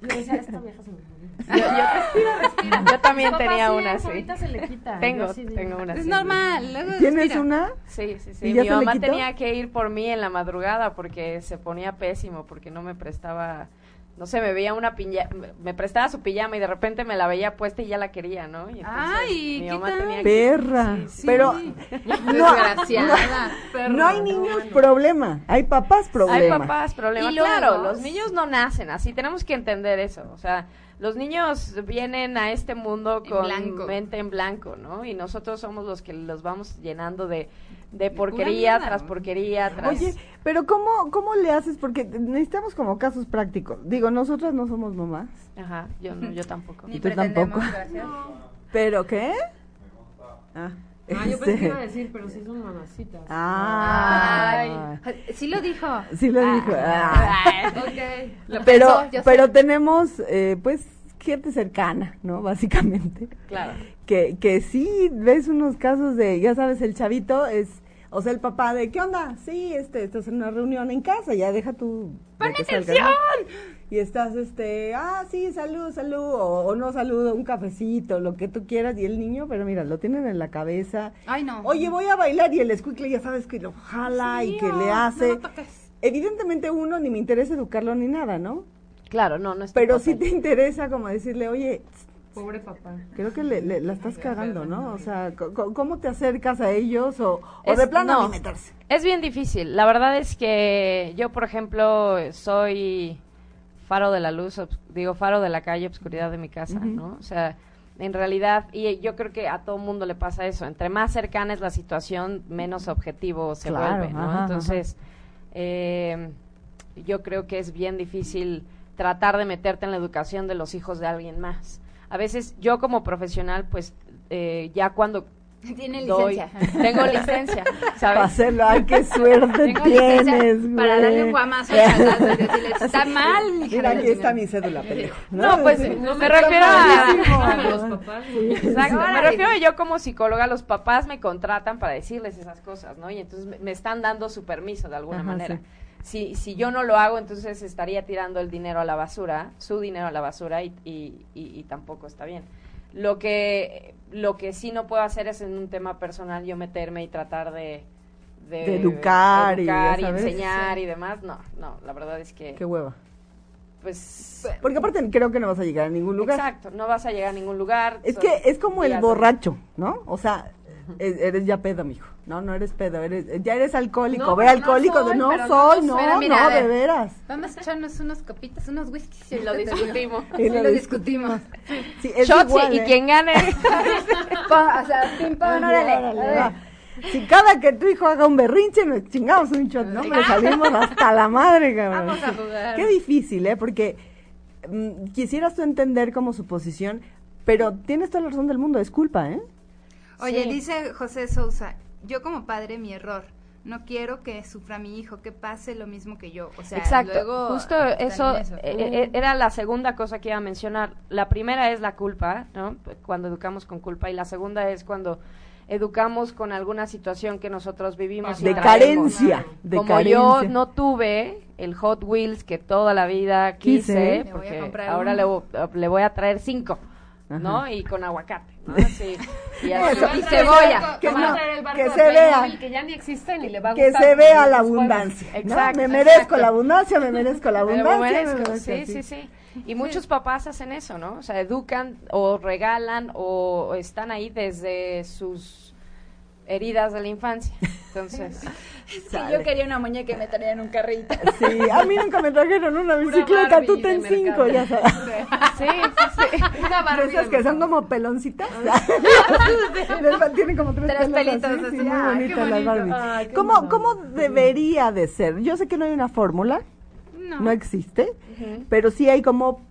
Speaker 6: Yo decía, esta vieja se me murió.
Speaker 11: Yo, yo- yo también
Speaker 6: Papá,
Speaker 11: tenía
Speaker 6: sí
Speaker 11: una
Speaker 6: es,
Speaker 11: así.
Speaker 6: Ahorita se le quita.
Speaker 11: Tengo,
Speaker 6: Yo así de-
Speaker 11: tengo una
Speaker 5: Es
Speaker 11: así.
Speaker 5: normal. Luego
Speaker 4: ¿Tienes
Speaker 5: respira.
Speaker 4: una?
Speaker 11: Sí, sí,
Speaker 4: ¿Y
Speaker 11: sí.
Speaker 4: ya
Speaker 11: Mi
Speaker 4: se le
Speaker 11: mamá
Speaker 4: quitó?
Speaker 11: tenía que ir por mí en la madrugada porque se ponía pésimo, porque no me prestaba, no sé, me veía una piña, me prestaba su pijama y de repente me la veía puesta y ya la quería, ¿no? Y entonces
Speaker 5: Ay,
Speaker 11: mi
Speaker 5: ¿qué
Speaker 11: mamá
Speaker 5: tal?
Speaker 11: tenía que...
Speaker 4: Perra.
Speaker 11: Sí, sí.
Speaker 4: Pero
Speaker 5: [LAUGHS] Desgraciada.
Speaker 4: no hay niños problema, hay papás problema.
Speaker 11: Hay papás problemas.
Speaker 5: Y luego-
Speaker 11: Claro, los niños no nacen así, tenemos que entender eso. O sea, los niños vienen a este mundo
Speaker 5: En
Speaker 11: con
Speaker 5: blanco.
Speaker 11: mente en blanco, ¿no? Y nosotros somos los que los vamos llenando de, de
Speaker 5: pura
Speaker 11: porquería
Speaker 5: mierda,
Speaker 11: tras
Speaker 5: ¿no?
Speaker 11: porquería tras...
Speaker 4: Oye, pero ¿cómo, ¿cómo le haces? Porque necesitamos como casos prácticos. Digo, nosotras no somos mamás.
Speaker 11: Ajá, yo no, yo
Speaker 5: [LAUGHS]
Speaker 11: tampoco.
Speaker 5: Ni
Speaker 4: tú
Speaker 5: pretendemos,
Speaker 4: tampoco.
Speaker 5: gracias.
Speaker 4: ¿Pero qué? Ah,
Speaker 6: Ah, yo pensé
Speaker 4: este,
Speaker 6: que iba a decir, pero sí son mamacitas.
Speaker 4: Ah.
Speaker 5: Ay, sí lo dijo.
Speaker 4: Sí lo
Speaker 5: Ah.
Speaker 4: dijo. ah.
Speaker 6: Ok.
Speaker 5: Lo
Speaker 4: Pero,
Speaker 5: pensó, yo sé.
Speaker 4: pero tenemos, eh, pues, gente cercana, ¿no? Básicamente.
Speaker 11: Claro.
Speaker 4: Que, que sí ves unos casos de, ya sabes, el chavito es, o sea, el papá de, ¿qué onda? Sí, este, estás en una reunión en casa, ya deja tu... ¡Pon atención! Y estás, este, ah, sí, salud, salud, o, o no saludo, un cafecito, lo que tú quieras, y el niño, pero mira, lo tienen en la cabeza.
Speaker 5: Ay, no.
Speaker 4: Oye, voy a bailar y el escuicle ya sabes que lo jala y que le hace. Evidentemente uno ni me interesa educarlo ni nada, ¿no?
Speaker 11: Claro, no, no es tu
Speaker 4: Pero
Speaker 11: papel.
Speaker 4: sí te interesa como decirle, oye, tss,
Speaker 6: Pobre papá.
Speaker 4: creo que le, le- la estás cagando, ¿no? O sea, co- co- ¿cómo te acercas a ellos? O, o de
Speaker 11: Es-
Speaker 4: plano
Speaker 11: no.
Speaker 4: ni meterse.
Speaker 11: Es bien difícil. La verdad es que yo, por ejemplo, soy faro de la luz, obs- digo, faro de la calle, obscuridad de mi casa, ¿no? O sea, en realidad, y yo creo que a todo mundo le pasa eso. Entre más cercana es la situación, menos objetivo se
Speaker 4: Claro,
Speaker 11: vuelve, ¿no?
Speaker 4: ajá, ajá.
Speaker 11: Entonces, eh, yo creo que es bien difícil tratar de meterte en la educación de los hijos de alguien más. A veces yo como profesional, pues eh, ya cuando
Speaker 5: [LAUGHS] Tiene
Speaker 11: doy-
Speaker 5: licencia. [LAUGHS]
Speaker 11: tengo licencia,
Speaker 4: Para
Speaker 11: ¿sabes?
Speaker 4: hacerlo, ay, qué suerte
Speaker 5: Tengo
Speaker 4: tienes,
Speaker 5: licencia para darle un guamazo al chalazo y decirle, "Está mal, hija de
Speaker 4: Mira,
Speaker 5: la
Speaker 4: aquí está
Speaker 5: chingada".
Speaker 4: mi cédula, pendejo.
Speaker 11: No, pues,
Speaker 4: Sí.
Speaker 11: no me refiero a-
Speaker 6: Déjame a los papás.
Speaker 11: Exacto. Me
Speaker 5: Órale.
Speaker 11: refiero yo como psicóloga, los papás me contratan para decirles esas cosas, ¿no? Y entonces me- me están dando su permiso de alguna
Speaker 4: Ajá,
Speaker 11: manera. Si, si yo no lo hago, entonces estaría tirando el dinero a la basura, su dinero a la basura, y, y- y- y tampoco está bien. Lo que, lo que sí no puedo hacer es en un tema personal yo meterme y tratar de...
Speaker 4: De educar y,
Speaker 11: educar
Speaker 4: ya
Speaker 11: y,
Speaker 4: sabes.
Speaker 11: enseñar y demás. No, no, la verdad es que...
Speaker 4: Qué hueva.
Speaker 11: pues...
Speaker 4: Porque aparte creo que no vas a llegar a ningún lugar.
Speaker 11: Exacto, no vas a llegar a ningún lugar.
Speaker 4: Es
Speaker 11: so-
Speaker 4: que es como
Speaker 11: ya
Speaker 4: el
Speaker 11: sabes.
Speaker 4: borracho, ¿no? O sea, e- eres ya pedo, mijo. No, no eres pedo, eres, ya eres alcohólico.
Speaker 6: No,
Speaker 4: Ve
Speaker 6: pero no
Speaker 4: alcohólico, de
Speaker 6: soy,
Speaker 4: no
Speaker 6: pero
Speaker 4: soy, no,
Speaker 5: no- Mira, mira,
Speaker 4: no,
Speaker 5: a ver.
Speaker 4: de veras.
Speaker 5: Vamos a echarnos unos copitas, unos whiskies y
Speaker 11: Lo discutimos.
Speaker 5: Y lo discutimos. [LAUGHS]
Speaker 4: Sí, es
Speaker 11: Shots y-
Speaker 4: igual,
Speaker 11: y
Speaker 4: ¿eh?
Speaker 11: quien
Speaker 4: [LAUGHS]
Speaker 11: gane.
Speaker 5: Pa- o sea, pim, pam, órale.
Speaker 4: Órale,
Speaker 5: A ver.
Speaker 4: va. Si cada que tu hijo haga un berrinche, nos chingamos un shot, ¿no? Hombre, salimos hasta la madre, cabrón.
Speaker 5: Vamos a jugar.
Speaker 4: Qué difícil, ¿eh? Porque mm, quisieras tú entender como su posición, pero tienes toda la razón del mundo, es culpa, ¿eh?
Speaker 5: Oye,
Speaker 11: Sí.
Speaker 5: dice José Sousa, yo como padre, mi error. No quiero que sufra mi hijo, que pase lo mismo que yo. O sea,
Speaker 11: Exacto.
Speaker 5: luego
Speaker 11: Justo
Speaker 5: también Uh.
Speaker 11: eso, eh, eh, era la segunda cosa que iba a Pues, mencionar. La primera es la culpa, ¿no? Cuando educamos con culpa y la segunda es cuando educamos con alguna situación que nosotros vivimos. y
Speaker 4: De
Speaker 11: traemos.
Speaker 4: carencia, de
Speaker 11: Como yo
Speaker 4: carencia.
Speaker 11: no tuve el Hot Wheels que toda la vida
Speaker 4: Quise.
Speaker 11: quise,
Speaker 4: Me voy a
Speaker 11: porque
Speaker 4: comprar
Speaker 11: ahora
Speaker 4: uno.
Speaker 11: le, vo- ah, le voy a traer cinco, ¿no?
Speaker 4: Ajá.
Speaker 11: Y con aguacate,
Speaker 4: [LAUGHS]
Speaker 11: ¿no? Sí. Y, así,
Speaker 4: Eso.
Speaker 11: y cebolla.
Speaker 4: Que
Speaker 6: Que,
Speaker 4: no, que se
Speaker 6: se vea.
Speaker 4: vea.
Speaker 6: Que ya ni existe ni le va a
Speaker 4: Que
Speaker 6: gustar.
Speaker 4: se vea
Speaker 6: Los
Speaker 4: la
Speaker 6: juegos.
Speaker 4: abundancia. ¿no?
Speaker 11: Exacto,
Speaker 4: Me merezco
Speaker 11: exacto.
Speaker 4: la abundancia, me merezco la
Speaker 11: Me
Speaker 4: abundancia.
Speaker 11: lo
Speaker 4: me
Speaker 11: merezco,
Speaker 4: merezco,
Speaker 11: sí, sí, sí.
Speaker 4: [LAUGHS]
Speaker 11: Y muchos papás hacen eso, ¿no? O sea, educan o regalan o están ahí desde sus heridas de la infancia.
Speaker 4: [LAUGHS]
Speaker 11: Entonces,
Speaker 4: Sale.
Speaker 5: yo quería una muñeca y me traía en un carrito.
Speaker 4: Sí, a mí nunca me trajeron una bicicleta,
Speaker 6: Barbie
Speaker 4: tú ten
Speaker 6: de
Speaker 4: cinco,
Speaker 6: mercado.
Speaker 4: ya sabes. [LAUGHS]
Speaker 11: sí, sí, sí.
Speaker 6: Una
Speaker 4: De
Speaker 6: Barbie
Speaker 4: esas
Speaker 6: de
Speaker 4: que son como peloncitas. [LAUGHS] Les va- Tienen como tres,
Speaker 5: Tres
Speaker 4: pelos
Speaker 5: pelitos
Speaker 4: así,
Speaker 5: así,
Speaker 4: sí,
Speaker 5: ay,
Speaker 4: muy
Speaker 5: qué
Speaker 4: bonitas las
Speaker 5: bonito.
Speaker 4: Barbies.
Speaker 6: Ay, qué
Speaker 4: ¿Cómo,
Speaker 6: lindo.
Speaker 4: ¿Cómo debería de ser? Yo sé que no hay una fórmula, no, existe, pero sí hay como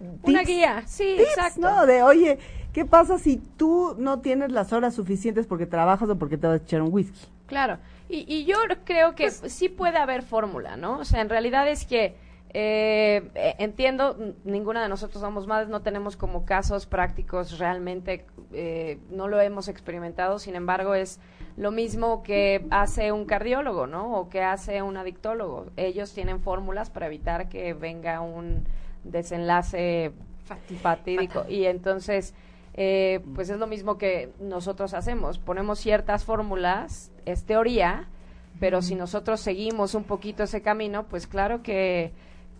Speaker 11: Una
Speaker 4: tips,
Speaker 11: guía, sí,
Speaker 4: tips,
Speaker 11: exacto.
Speaker 4: ¿no? De, oye, ¿qué pasa si tú no tienes las horas suficientes porque trabajas o porque te vas a echar un whisky?
Speaker 11: Claro, y, y yo creo que sí puede haber fórmula, ¿no? O sea, en realidad es que eh, eh, entiendo, n- ninguna de nosotros somos madres, no tenemos como casos prácticos realmente, eh, no lo hemos experimentado, sin embargo es lo mismo que hace un cardiólogo, ¿no? O que hace un adictólogo. Ellos tienen fórmulas para evitar que venga un desenlace fatídico. Y entonces, eh, pues es lo mismo que nosotros hacemos. Ponemos ciertas fórmulas, es teoría, pero si nosotros seguimos un poquito ese camino, pues claro que,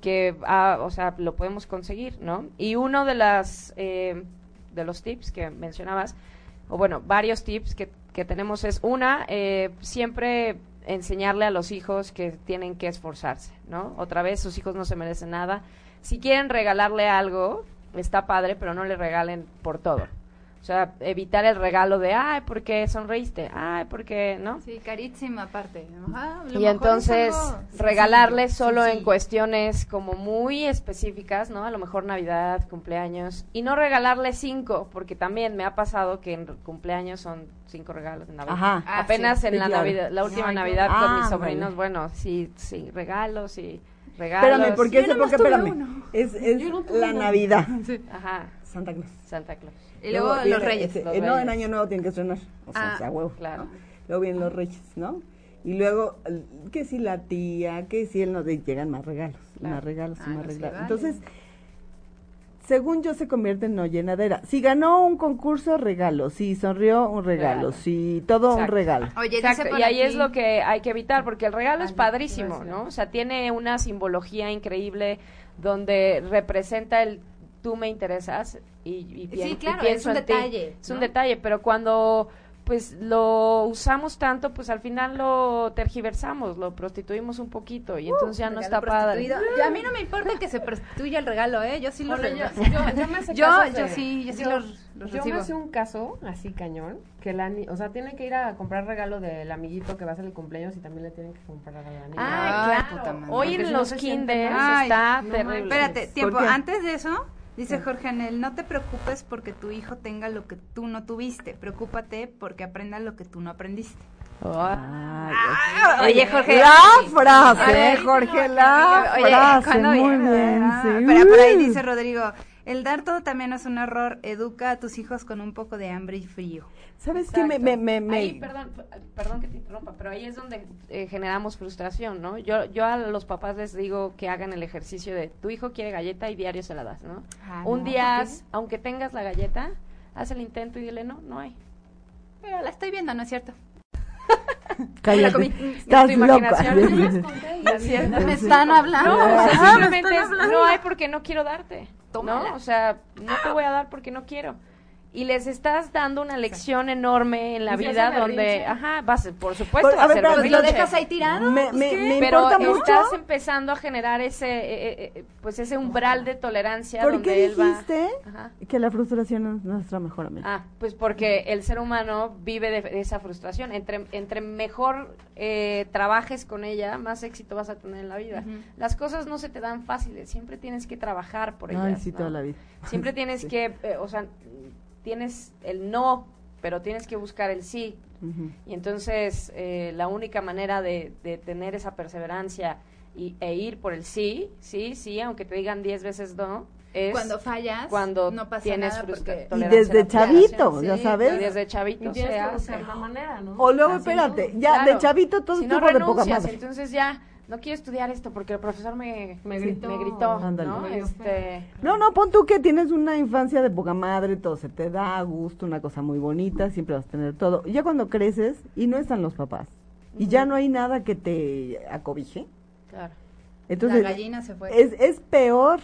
Speaker 11: que ah, o sea, lo podemos conseguir, ¿no? Y uno de las eh, de los tips que mencionabas, o bueno, varios tips que, que tenemos es una, eh, siempre enseñarle a los hijos que tienen que esforzarse, ¿no? Otra vez, sus hijos no se merecen nada. Si quieren regalarle algo, está padre, pero no le regalen por todo. O sea, evitar el regalo de, ay, porque sonreíste, ay, porque, ¿no?
Speaker 5: Sí, carísima aparte. Ajá, a lo
Speaker 11: Y
Speaker 5: mejor es
Speaker 11: entonces
Speaker 5: algo
Speaker 11: regalarle
Speaker 5: sencillo,
Speaker 11: solo en
Speaker 5: sencillo.
Speaker 11: cuestiones como muy específicas, ¿no? A lo mejor Navidad, cumpleaños. Y no regalarle cinco, porque también me ha pasado que en cumpleaños son cinco regalos en Navidad.
Speaker 4: Ajá.
Speaker 5: Ah,
Speaker 11: Apenas
Speaker 4: sí.
Speaker 11: en
Speaker 4: Sí,
Speaker 11: la
Speaker 4: claro.
Speaker 11: Navidad, la última
Speaker 5: Ay, no.
Speaker 11: Navidad con mis
Speaker 4: Ah,
Speaker 11: sobrinos, bueno, sí, sí, regalos y regalos.
Speaker 4: Espérame, porque
Speaker 5: Yo
Speaker 4: ese
Speaker 5: nomás
Speaker 4: porque
Speaker 5: tuve
Speaker 4: espérame.
Speaker 5: uno.
Speaker 4: Es, es
Speaker 6: Yo no tuve
Speaker 4: la
Speaker 6: uno.
Speaker 4: Navidad.
Speaker 11: Ajá,
Speaker 4: Santa Claus.
Speaker 11: Santa Claus.
Speaker 5: Y luego, los
Speaker 4: viene,
Speaker 5: reyes.
Speaker 4: este,
Speaker 11: los
Speaker 4: eh, No, en
Speaker 11: reyes.
Speaker 4: Año Nuevo tienen que estrenar. O sea,
Speaker 5: Ah,
Speaker 4: o sea, huevo.
Speaker 11: Claro.
Speaker 4: Luego vienen los reyes, ¿no? Y luego, el- que si la tía, que si él no, y llegan más regalos,
Speaker 11: Claro.
Speaker 4: más regalos,
Speaker 5: Ah,
Speaker 4: y
Speaker 5: no
Speaker 4: más
Speaker 5: se
Speaker 4: regalos.
Speaker 5: vale.
Speaker 4: Entonces, según yo, se convierte en no llenadera. Si ganó un concurso, regalo. Si sonrió, un regalo.
Speaker 11: Regalo.
Speaker 4: Si todo, un
Speaker 11: Exacto.
Speaker 4: regalo.
Speaker 5: Oye,
Speaker 11: Exacto,
Speaker 5: dice por
Speaker 11: y ahí
Speaker 5: aquí-
Speaker 11: es lo que hay que evitar, porque el regalo
Speaker 5: Ah,
Speaker 11: es
Speaker 5: no,
Speaker 11: padrísimo,
Speaker 5: sí, sí.
Speaker 11: ¿no? O sea, tiene una simbología increíble donde representa el tú me interesas y, y pien-
Speaker 5: Sí,
Speaker 11: y
Speaker 5: claro,
Speaker 11: pienso
Speaker 5: es un
Speaker 11: en ti.
Speaker 5: detalle,
Speaker 11: Es un
Speaker 5: ¿no?
Speaker 11: detalle, pero cuando pues lo usamos tanto, pues al final lo tergiversamos, lo prostituimos un poquito y entonces ya no
Speaker 5: Uh, Regalo
Speaker 11: está padre.
Speaker 5: prostituido. Yo- a mí no me importa que se prostituya el regalo, ¿eh? Yo sí lo
Speaker 6: Oye,
Speaker 5: regalo.
Speaker 6: yo, yo, yo me
Speaker 5: [LAUGHS]
Speaker 6: sé
Speaker 5: Yo-
Speaker 6: casos
Speaker 5: yo
Speaker 6: de-
Speaker 5: sí- yo sí los- los
Speaker 6: yo
Speaker 5: recibo.
Speaker 6: me sé un caso así cañón, que la ni- o sea, tiene que ir a comprar regalo del amiguito que va a hacer el cumpleaños y también le tienen que comprar regalo a la niña.
Speaker 11: Ah,
Speaker 5: Ay, puta
Speaker 11: claro.
Speaker 5: madre.
Speaker 11: Hoy
Speaker 6: Porque
Speaker 11: en
Speaker 6: si no
Speaker 11: los
Speaker 6: se sienten
Speaker 11: kinders
Speaker 5: mal. Ay,
Speaker 11: está
Speaker 5: no
Speaker 11: terrible.
Speaker 5: mames. Espérate, tiempo.
Speaker 4: qué?
Speaker 5: Antes de eso, dice Jorge Anel, no te preocupes porque tu hijo tenga lo que tú no tuviste. Preocúpate porque aprenda lo que tú no aprendiste.
Speaker 11: Ah,
Speaker 5: Ah, oye, Jorge.
Speaker 4: La
Speaker 5: sí.
Speaker 4: frase,
Speaker 5: Ay,
Speaker 4: Jorge,
Speaker 5: Ah,
Speaker 4: la
Speaker 5: Oye,
Speaker 4: frase.
Speaker 5: ¿cuándo
Speaker 4: Muy
Speaker 5: viene,
Speaker 4: bien,
Speaker 5: verdad?
Speaker 4: sí.
Speaker 5: Ah,
Speaker 4: Uh.
Speaker 5: Pero por ahí dice Rodrigo, el dar todo también es un error. Educa a tus hijos con un poco de hambre y frío.
Speaker 4: ¿Sabes qué? Me, me, me, me-
Speaker 11: Ahí, perdón, p- perdón que te interrumpa, pero ahí es donde eh, generamos frustración, ¿no? Yo, yo a los papás les digo que hagan el ejercicio de tu hijo quiere galleta y diario se la das, ¿no?
Speaker 5: Ah,
Speaker 11: Un
Speaker 5: no,
Speaker 11: día,
Speaker 5: ¿por qué?
Speaker 11: haz- aunque tengas la galleta, haz el intento y dile, no, no hay.
Speaker 5: Pero la estoy viendo, ¿no es cierto?
Speaker 4: cállate.
Speaker 5: comí.
Speaker 4: Estás
Speaker 11: Tu [LAUGHS]
Speaker 4: loca.
Speaker 11: imaginación. No es cierto.
Speaker 5: Me están hablando.
Speaker 11: No, o sea,
Speaker 5: Ah, me
Speaker 11: simplemente
Speaker 5: están
Speaker 11: es,
Speaker 5: hablando.
Speaker 11: no hay porque no quiero darte.
Speaker 5: Tómala.
Speaker 11: No, o sea, no te voy a dar porque no quiero. Y les estás dando una lección enorme en la
Speaker 6: Y se
Speaker 11: vida
Speaker 6: hace
Speaker 11: donde,
Speaker 6: berrinche.
Speaker 11: ajá, vas, por supuesto,
Speaker 4: Por- a
Speaker 11: va a
Speaker 4: ver,
Speaker 11: ser
Speaker 4: espérame,
Speaker 5: Pues lo
Speaker 11: berrinche.
Speaker 5: dejas ahí tirado.
Speaker 4: Me,
Speaker 5: pues,
Speaker 4: me,
Speaker 5: ¿qué?
Speaker 4: me
Speaker 11: pero
Speaker 4: importa mucho.
Speaker 11: estás empezando a generar ese eh, eh, eh, pues ese umbral de tolerancia
Speaker 4: ¿Por
Speaker 11: donde
Speaker 4: qué
Speaker 11: él va-
Speaker 4: dijiste
Speaker 11: Ajá.
Speaker 4: que la frustración es nuestra mejor amiga?
Speaker 11: Ah, pues porque el ser humano vive de, de esa frustración. Entre, entre mejor eh, trabajes con ella, más éxito vas a tener en la vida. Las cosas no se te dan fáciles, siempre tienes que trabajar por ellas.
Speaker 4: Ay, sí,
Speaker 11: ¿no?
Speaker 4: toda la vida.
Speaker 11: Siempre
Speaker 4: [LAUGHS]
Speaker 11: tienes
Speaker 4: Sí.
Speaker 11: que, eh, o sea, tienes el no, pero tienes que buscar el sí.
Speaker 4: Ujú.
Speaker 11: Y entonces eh, la única manera de, de tener esa perseverancia y, e ir por el sí, sí, sí, aunque te digan diez veces no, es
Speaker 5: Cuando fallas,
Speaker 11: cuando
Speaker 5: no pasa
Speaker 11: tienes
Speaker 5: nada porque-
Speaker 11: frustra-
Speaker 5: Y
Speaker 11: tolerancia
Speaker 4: desde
Speaker 11: a la frustración.
Speaker 4: chavito, ya sabes.
Speaker 11: Y desde chavito.
Speaker 6: Y tienes
Speaker 11: se
Speaker 6: que
Speaker 11: hace.
Speaker 6: buscar la manera, ¿no?
Speaker 4: O luego,
Speaker 11: Así
Speaker 4: espérate,
Speaker 11: no,
Speaker 4: ya
Speaker 11: claro.
Speaker 4: de chavito todo
Speaker 11: si no
Speaker 4: estuvo de poca
Speaker 11: renuncias,
Speaker 4: madre.
Speaker 11: entonces ya no quiero estudiar esto porque el profesor me,
Speaker 6: Me gritó.
Speaker 11: me gritó,
Speaker 4: Ándale.
Speaker 11: ¿no?
Speaker 6: Me dio
Speaker 11: Este,
Speaker 4: No, no, pon tú que tienes una infancia de poca madre, todo se te da a gusto, una cosa muy bonita, siempre vas a tener todo. Ya cuando creces y no están los papás y ya no hay nada que te acobije,
Speaker 11: claro.
Speaker 4: entonces
Speaker 5: la gallina se fue.
Speaker 4: es, es peor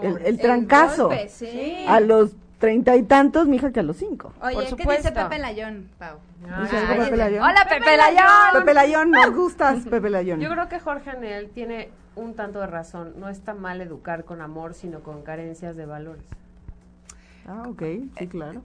Speaker 4: el, el trancazo
Speaker 5: golpe, sí.
Speaker 4: a los treinta y tantos, mija, que a los cinco.
Speaker 5: Oye,
Speaker 11: Por
Speaker 5: ¿qué dice
Speaker 11: supuesto.
Speaker 5: Pepe Layón, Pau?
Speaker 4: ¿Dice algo
Speaker 5: Ay,
Speaker 4: Pepe Layón?
Speaker 5: Hola, Pepe Layón.
Speaker 4: Pepe Layón,
Speaker 5: [LAUGHS]
Speaker 4: nos gustas, Pepe Layón.
Speaker 6: Yo creo que Jorge Anel tiene un tanto de razón. No está mal educar con amor, sino con carencias de valores.
Speaker 4: Ah, ok, sí, claro.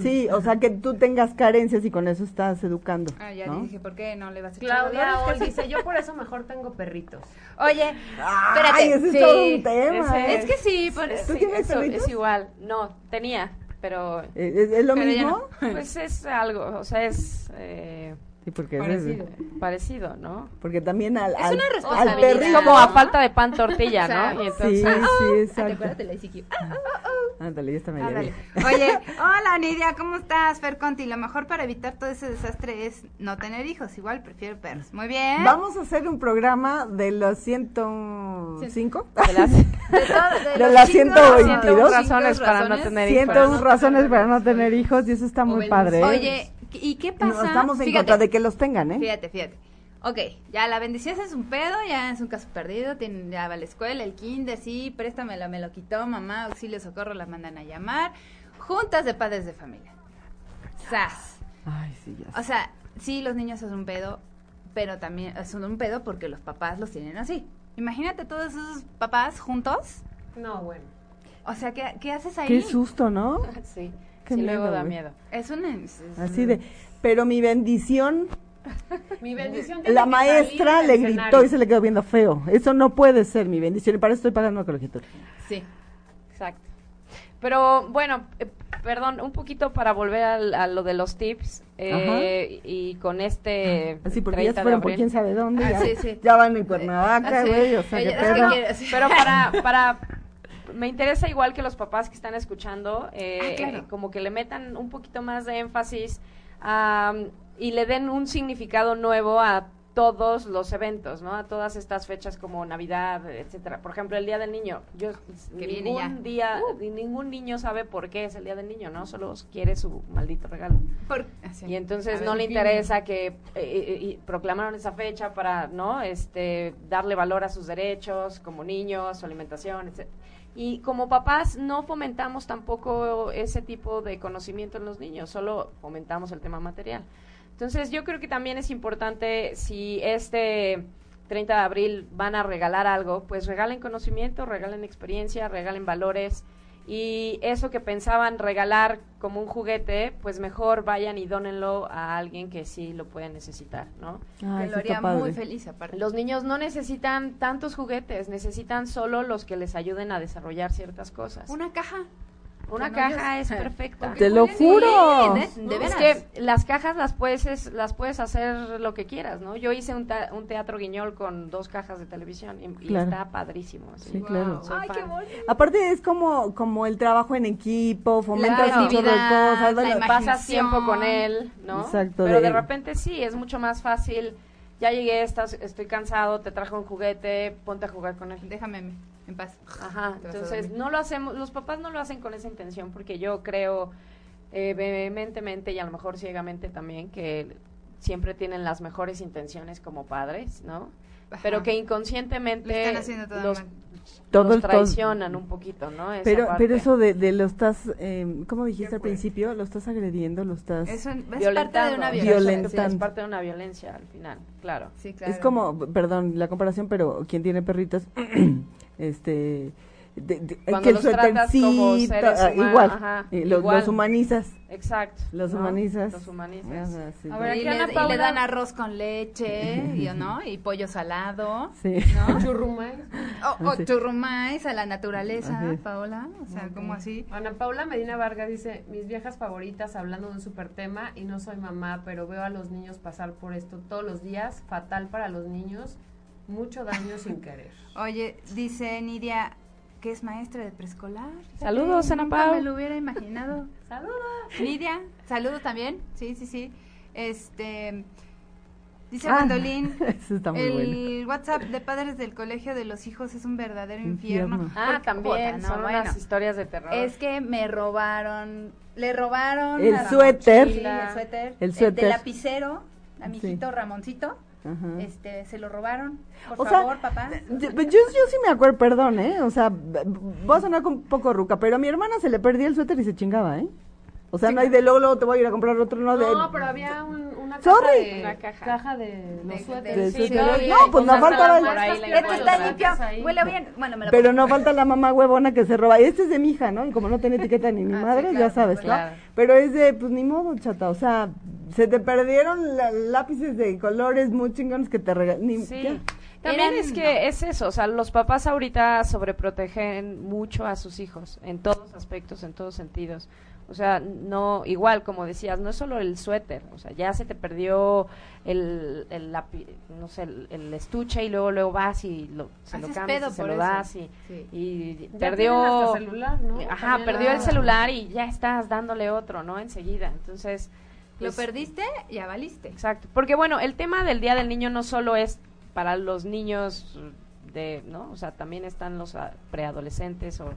Speaker 4: Sí, o sea, que tú tengas carencias y con eso estás educando.
Speaker 5: Ah, ya
Speaker 4: ¿no?
Speaker 5: dije, ¿por qué no le vas a echar
Speaker 6: Claudia
Speaker 5: valores?
Speaker 6: hoy dice, yo por eso mejor tengo perritos.
Speaker 5: Oye, espérate.
Speaker 4: Ay, ese es
Speaker 5: sí.
Speaker 4: todo un tema. ¿eh?
Speaker 11: ese-
Speaker 5: Es que sí, por
Speaker 4: ¿Tú
Speaker 11: Sí,
Speaker 4: tienes
Speaker 11: eso
Speaker 4: perritos?
Speaker 11: es igual. No, tenía, pero
Speaker 4: ¿Es, es- es lo
Speaker 5: Pero ya
Speaker 4: mismo?
Speaker 5: no.
Speaker 11: pues es algo, o sea, es eh,
Speaker 4: [LAUGHS] Sí, porque, es-
Speaker 5: Parecido.
Speaker 11: parecido, ¿no?
Speaker 4: porque también al, al,
Speaker 5: una
Speaker 4: al
Speaker 5: responsabilidad.
Speaker 11: Es
Speaker 4: perrito.
Speaker 11: como a falta de pan tortilla, ¿no?
Speaker 5: Exacto.
Speaker 11: Y
Speaker 4: Sí,
Speaker 11: entonces,
Speaker 4: sí,
Speaker 5: Ah, ¿Te
Speaker 4: exacto.
Speaker 5: acuerdas de la ICQ? Ah,
Speaker 4: Ándale, ya está medio
Speaker 5: Ándale.
Speaker 4: bien.
Speaker 5: Ah,
Speaker 4: [LAUGHS]
Speaker 5: Oye, hola Nidia, ¿cómo estás? Fer Conti, lo mejor para evitar todo ese desastre es no tener hijos, igual prefiero perros. Muy bien.
Speaker 4: Vamos a hacer un programa de los 105.
Speaker 11: te las-
Speaker 4: [LAUGHS]
Speaker 5: De, todo-
Speaker 4: de
Speaker 5: los
Speaker 4: las
Speaker 5: cinco
Speaker 4: 122
Speaker 5: cinco
Speaker 11: razones para no tener hijos.
Speaker 4: 101 razones para no tener hijos y eso está muy
Speaker 6: Jóvenes.
Speaker 4: padre. ¿eh?
Speaker 5: Oye, ¿y qué pasa?
Speaker 4: no estamos en
Speaker 5: Fíjate.
Speaker 4: contra de que los tengan, ¿eh?
Speaker 5: Fíjate, fíjate. Ok, ya la bendición es un pedo, ya es un caso perdido, tienen- ya va a la escuela, el kinder, sí, préstamelo, me lo quitó, mamá, auxilio, socorro, la mandan a llamar. Juntas de padres de familia. ¡Sas!
Speaker 4: Ay, sí, ya.
Speaker 5: O sea, sí, los niños son un pedo, pero también son un pedo porque los papás los tienen así. Imagínate todos esos papás juntos.
Speaker 6: No, bueno.
Speaker 5: O sea, ¿qué, qué haces ahí?
Speaker 4: Qué susto, ¿no?
Speaker 11: sí,
Speaker 4: Qué
Speaker 11: sí,
Speaker 4: miedo,
Speaker 11: luego da
Speaker 4: güey.
Speaker 11: miedo.
Speaker 5: Es un... es- es-
Speaker 4: Así de, pero mi bendición,
Speaker 6: Mi bendición tiene
Speaker 4: la
Speaker 6: que
Speaker 4: maestra
Speaker 6: salir
Speaker 4: le
Speaker 6: del
Speaker 4: gritó
Speaker 6: escenario.
Speaker 4: y se le quedó viendo feo. Eso no puede ser mi bendición y para eso estoy pagando una colegiatura.
Speaker 5: Sí.
Speaker 11: Exacto. Pero bueno, eh, perdón, un poquito para volver al- a, lo de los tips eh, y con este.
Speaker 4: Así Ah, porque ya
Speaker 11: 30
Speaker 4: se
Speaker 11: de
Speaker 4: fueron por
Speaker 11: abril.
Speaker 4: quién sabe dónde.
Speaker 5: Ah,
Speaker 4: ya,
Speaker 5: sí, sí.
Speaker 4: ya van en Cuernavaca,
Speaker 5: Ah, sí.
Speaker 4: güey. O sea,
Speaker 5: Oye,
Speaker 4: qué
Speaker 5: es que
Speaker 4: pedo.
Speaker 5: [LAUGHS] quiero- sí.
Speaker 11: Pero para, para, me interesa igual que los papás que están escuchando, eh,
Speaker 5: Ah, claro.
Speaker 11: como que le metan un poquito más de énfasis am, y le den un significado nuevo a todos los eventos, ¿no? A todas estas fechas como Navidad, etcétera. Por ejemplo, el Día del Niño. Yo
Speaker 5: Que viene
Speaker 11: ningún
Speaker 5: ya. Uh.
Speaker 11: día, ni ningún niño sabe por qué es el Día del Niño, ¿no? Solo quiere su maldito regalo.
Speaker 5: Por- ah, sí.
Speaker 11: Y entonces
Speaker 5: A ver,
Speaker 11: no le
Speaker 5: dime.
Speaker 11: interesa que eh, eh, y proclamaron esa fecha para, ¿no? Este, darle valor a sus derechos como niños, su alimentación, etc. Y como papás no fomentamos tampoco ese tipo de conocimiento en los niños, solo fomentamos el tema material. Entonces yo creo que también es importante si este 30 de abril van a regalar algo, pues regalen conocimiento, regalen experiencia, regalen valores y eso que pensaban regalar como un juguete, pues mejor vayan y dónenlo a alguien que sí lo pueda necesitar, ¿no?
Speaker 4: Ay,
Speaker 5: Que
Speaker 4: sí
Speaker 5: lo haría
Speaker 4: Ah, está padre.
Speaker 5: muy feliz aparte.
Speaker 11: Los niños no necesitan tantos juguetes, necesitan solo los que les ayuden a desarrollar ciertas cosas. Una,
Speaker 5: Una caja. no,
Speaker 11: caja
Speaker 5: yo-
Speaker 11: es perfecta.
Speaker 4: Te lo
Speaker 5: Sí,
Speaker 4: juro.
Speaker 5: de- de
Speaker 11: Es
Speaker 5: veras.
Speaker 11: que las cajas las puedes es- las puedes hacer lo que quieras, ¿no? Yo hice un, ta- un teatro guiñol con dos cajas de televisión y, y
Speaker 4: Claro.
Speaker 11: está padrísimo. sí.
Speaker 4: Sí, claro.
Speaker 11: Soy
Speaker 5: Ay, qué
Speaker 11: fan.
Speaker 5: bonito.
Speaker 4: Aparte es como, como el trabajo en equipo, fomentas
Speaker 11: Claro.
Speaker 4: un chorro de
Speaker 5: creatividad,
Speaker 4: cosas.
Speaker 5: la
Speaker 4: bueno,
Speaker 5: imaginación.
Speaker 11: pasas tiempo con él, ¿no?
Speaker 4: Exacto,
Speaker 11: Pero de
Speaker 4: de-
Speaker 11: repente sí, es mucho más fácil. Ya llegué, estás, estoy cansado, te trajo un juguete, ponte a jugar con él.
Speaker 5: Déjame en- en paz.
Speaker 11: Ajá,
Speaker 5: Te vas a
Speaker 11: entonces
Speaker 5: dormir.
Speaker 11: no lo hacemos, los papás no lo hacen con esa intención porque yo creo eh, vehementemente y a lo mejor ciegamente también que siempre tienen las mejores intenciones como padres, ¿no? Pero
Speaker 5: Ajá.
Speaker 11: que inconscientemente
Speaker 5: Lo están haciendo todo
Speaker 11: los,
Speaker 5: mal.
Speaker 4: Todo
Speaker 11: los
Speaker 4: el- todo-
Speaker 11: traicionan un poquito, ¿no? Esa
Speaker 4: Pero,
Speaker 11: parte.
Speaker 4: pero eso de, de lo estás, eh, ¿cómo dijiste al principio? Lo estás agrediendo, lo estás...
Speaker 5: Es, un- es parte
Speaker 11: Violentando.
Speaker 5: de una
Speaker 11: Sí,
Speaker 5: violencia.
Speaker 11: es
Speaker 4: Violentando.
Speaker 11: parte de una violencia al final, claro.
Speaker 5: Sí, claro.
Speaker 4: Es como, perdón la comparación, pero quien tiene perritos, [CLEARS THROAT] este, de- de-
Speaker 11: Cuando
Speaker 4: que el
Speaker 11: los tratas como
Speaker 4: suétercito,
Speaker 11: seres
Speaker 4: ah,
Speaker 11: humanos,
Speaker 4: igual,
Speaker 11: ajá,
Speaker 4: y los,
Speaker 11: igual.
Speaker 4: los humanizas,
Speaker 11: Exacto.
Speaker 4: los
Speaker 11: ¿no?
Speaker 4: humanizas.
Speaker 11: Los humanizas.
Speaker 4: Ajá, sí,
Speaker 6: A ver,
Speaker 5: y
Speaker 6: aquí
Speaker 5: le,
Speaker 6: Ana
Speaker 5: y le
Speaker 6: Paula-
Speaker 5: dan arroz con leche, y, ¿no? Y pollo salado,
Speaker 4: sí.
Speaker 5: ¿no?
Speaker 6: Churrumais.
Speaker 5: O, o
Speaker 4: Así.
Speaker 5: churrumais a la naturaleza,
Speaker 4: Así es.
Speaker 5: Paola. O sea, como así.
Speaker 6: Ana Paula Medina Vargas dice, mis viejas favoritas hablando de un super tema y no soy mamá, pero veo a los niños pasar por esto todos los días, fatal para los niños, mucho daño sin querer.
Speaker 5: Oye, dice Nidia, que es maestra de preescolar.
Speaker 11: Saludos,
Speaker 5: Fíjate,
Speaker 11: Ana
Speaker 5: nunca
Speaker 11: Pau.
Speaker 5: me lo hubiera imaginado. [LAUGHS] saludos. Lidia, saludos también. Sí, sí, sí. Este. Dice
Speaker 4: Ah,
Speaker 5: Mandolín,
Speaker 4: [LAUGHS] eso está muy
Speaker 5: el WhatsApp de padres del colegio de los hijos es un verdadero infierno.
Speaker 4: Infierno.
Speaker 11: Ah,
Speaker 5: Porque,
Speaker 11: también,
Speaker 5: puta, no,
Speaker 11: son
Speaker 5: bueno.
Speaker 11: unas historias de terror.
Speaker 5: Es que me robaron, le robaron
Speaker 4: El
Speaker 5: a la
Speaker 4: suéter.
Speaker 5: mochila, el suéter,
Speaker 4: El
Speaker 5: el
Speaker 4: suéter.
Speaker 5: de lapicero, a mi
Speaker 4: Sí.
Speaker 5: hijito Ramoncito,
Speaker 4: Ajá.
Speaker 5: este, se lo robaron. Por
Speaker 4: O sea,
Speaker 5: favor, papá.
Speaker 4: Yo, yo- yo sí me acuerdo, perdón, ¿eh? O sea, b- b- voy a sonar un poco ruca, pero a mi hermana se le perdía el suéter y se chingaba, ¿eh? O sea, no hay de luego, luego te voy a ir a comprar otro, no de...
Speaker 6: No, pero había un- una caja
Speaker 4: Sorry.
Speaker 6: de
Speaker 11: Una caja.
Speaker 6: de
Speaker 5: De-
Speaker 6: los
Speaker 5: de-
Speaker 4: de
Speaker 6: suéteres.
Speaker 5: sí,
Speaker 4: suéter.
Speaker 11: no, y
Speaker 4: no,
Speaker 11: hay
Speaker 4: pues no
Speaker 11: cosas
Speaker 4: falta...
Speaker 11: raras por ahí, la
Speaker 5: Esto Este está
Speaker 11: Los
Speaker 5: limpio,
Speaker 6: sacas ahí.
Speaker 5: huele bien. Bueno, me lo
Speaker 4: Pero no falta la mamá huevona que se roba. Este es de mi hija, ¿no? Y como no tiene etiqueta ni mi
Speaker 5: Ah, sí,
Speaker 4: madre, ya
Speaker 5: claro,
Speaker 4: sabes,
Speaker 11: claro.
Speaker 4: ¿no? Pero es de, pues ni modo, chata. O sea, se te perdieron la- lápices de colores muy chingones que te regalan.
Speaker 11: Sí. También
Speaker 5: Eran-
Speaker 11: es que es eso, o sea, los papás ahorita sobreprotegen mucho a sus hijos en todos los aspectos, en todos sentidos. O sea, no, igual como decías, no es solo el suéter, o sea, ya se te perdió el, el lápiz, no sé, el, el estuche y luego luego vas y lo, se lo
Speaker 5: Haces
Speaker 11: cambias
Speaker 5: pedo
Speaker 11: y se
Speaker 5: por
Speaker 11: lo
Speaker 5: eso.
Speaker 11: das y,
Speaker 5: Sí.
Speaker 11: y
Speaker 6: Ya tienen
Speaker 11: perdió
Speaker 6: hasta celular, ¿no?
Speaker 11: Ajá,
Speaker 6: También
Speaker 11: perdió
Speaker 6: ahora.
Speaker 11: el celular y ya estás dándole otro, ¿no? Enseguida. Entonces,
Speaker 5: Lo
Speaker 11: pues,
Speaker 5: perdiste, ya valiste.
Speaker 4: pues,
Speaker 11: Exacto, porque bueno, el tema del Día del Niño no solo es para los niños uh, de, ¿no? O sea, también están los ah, preadolescentes o,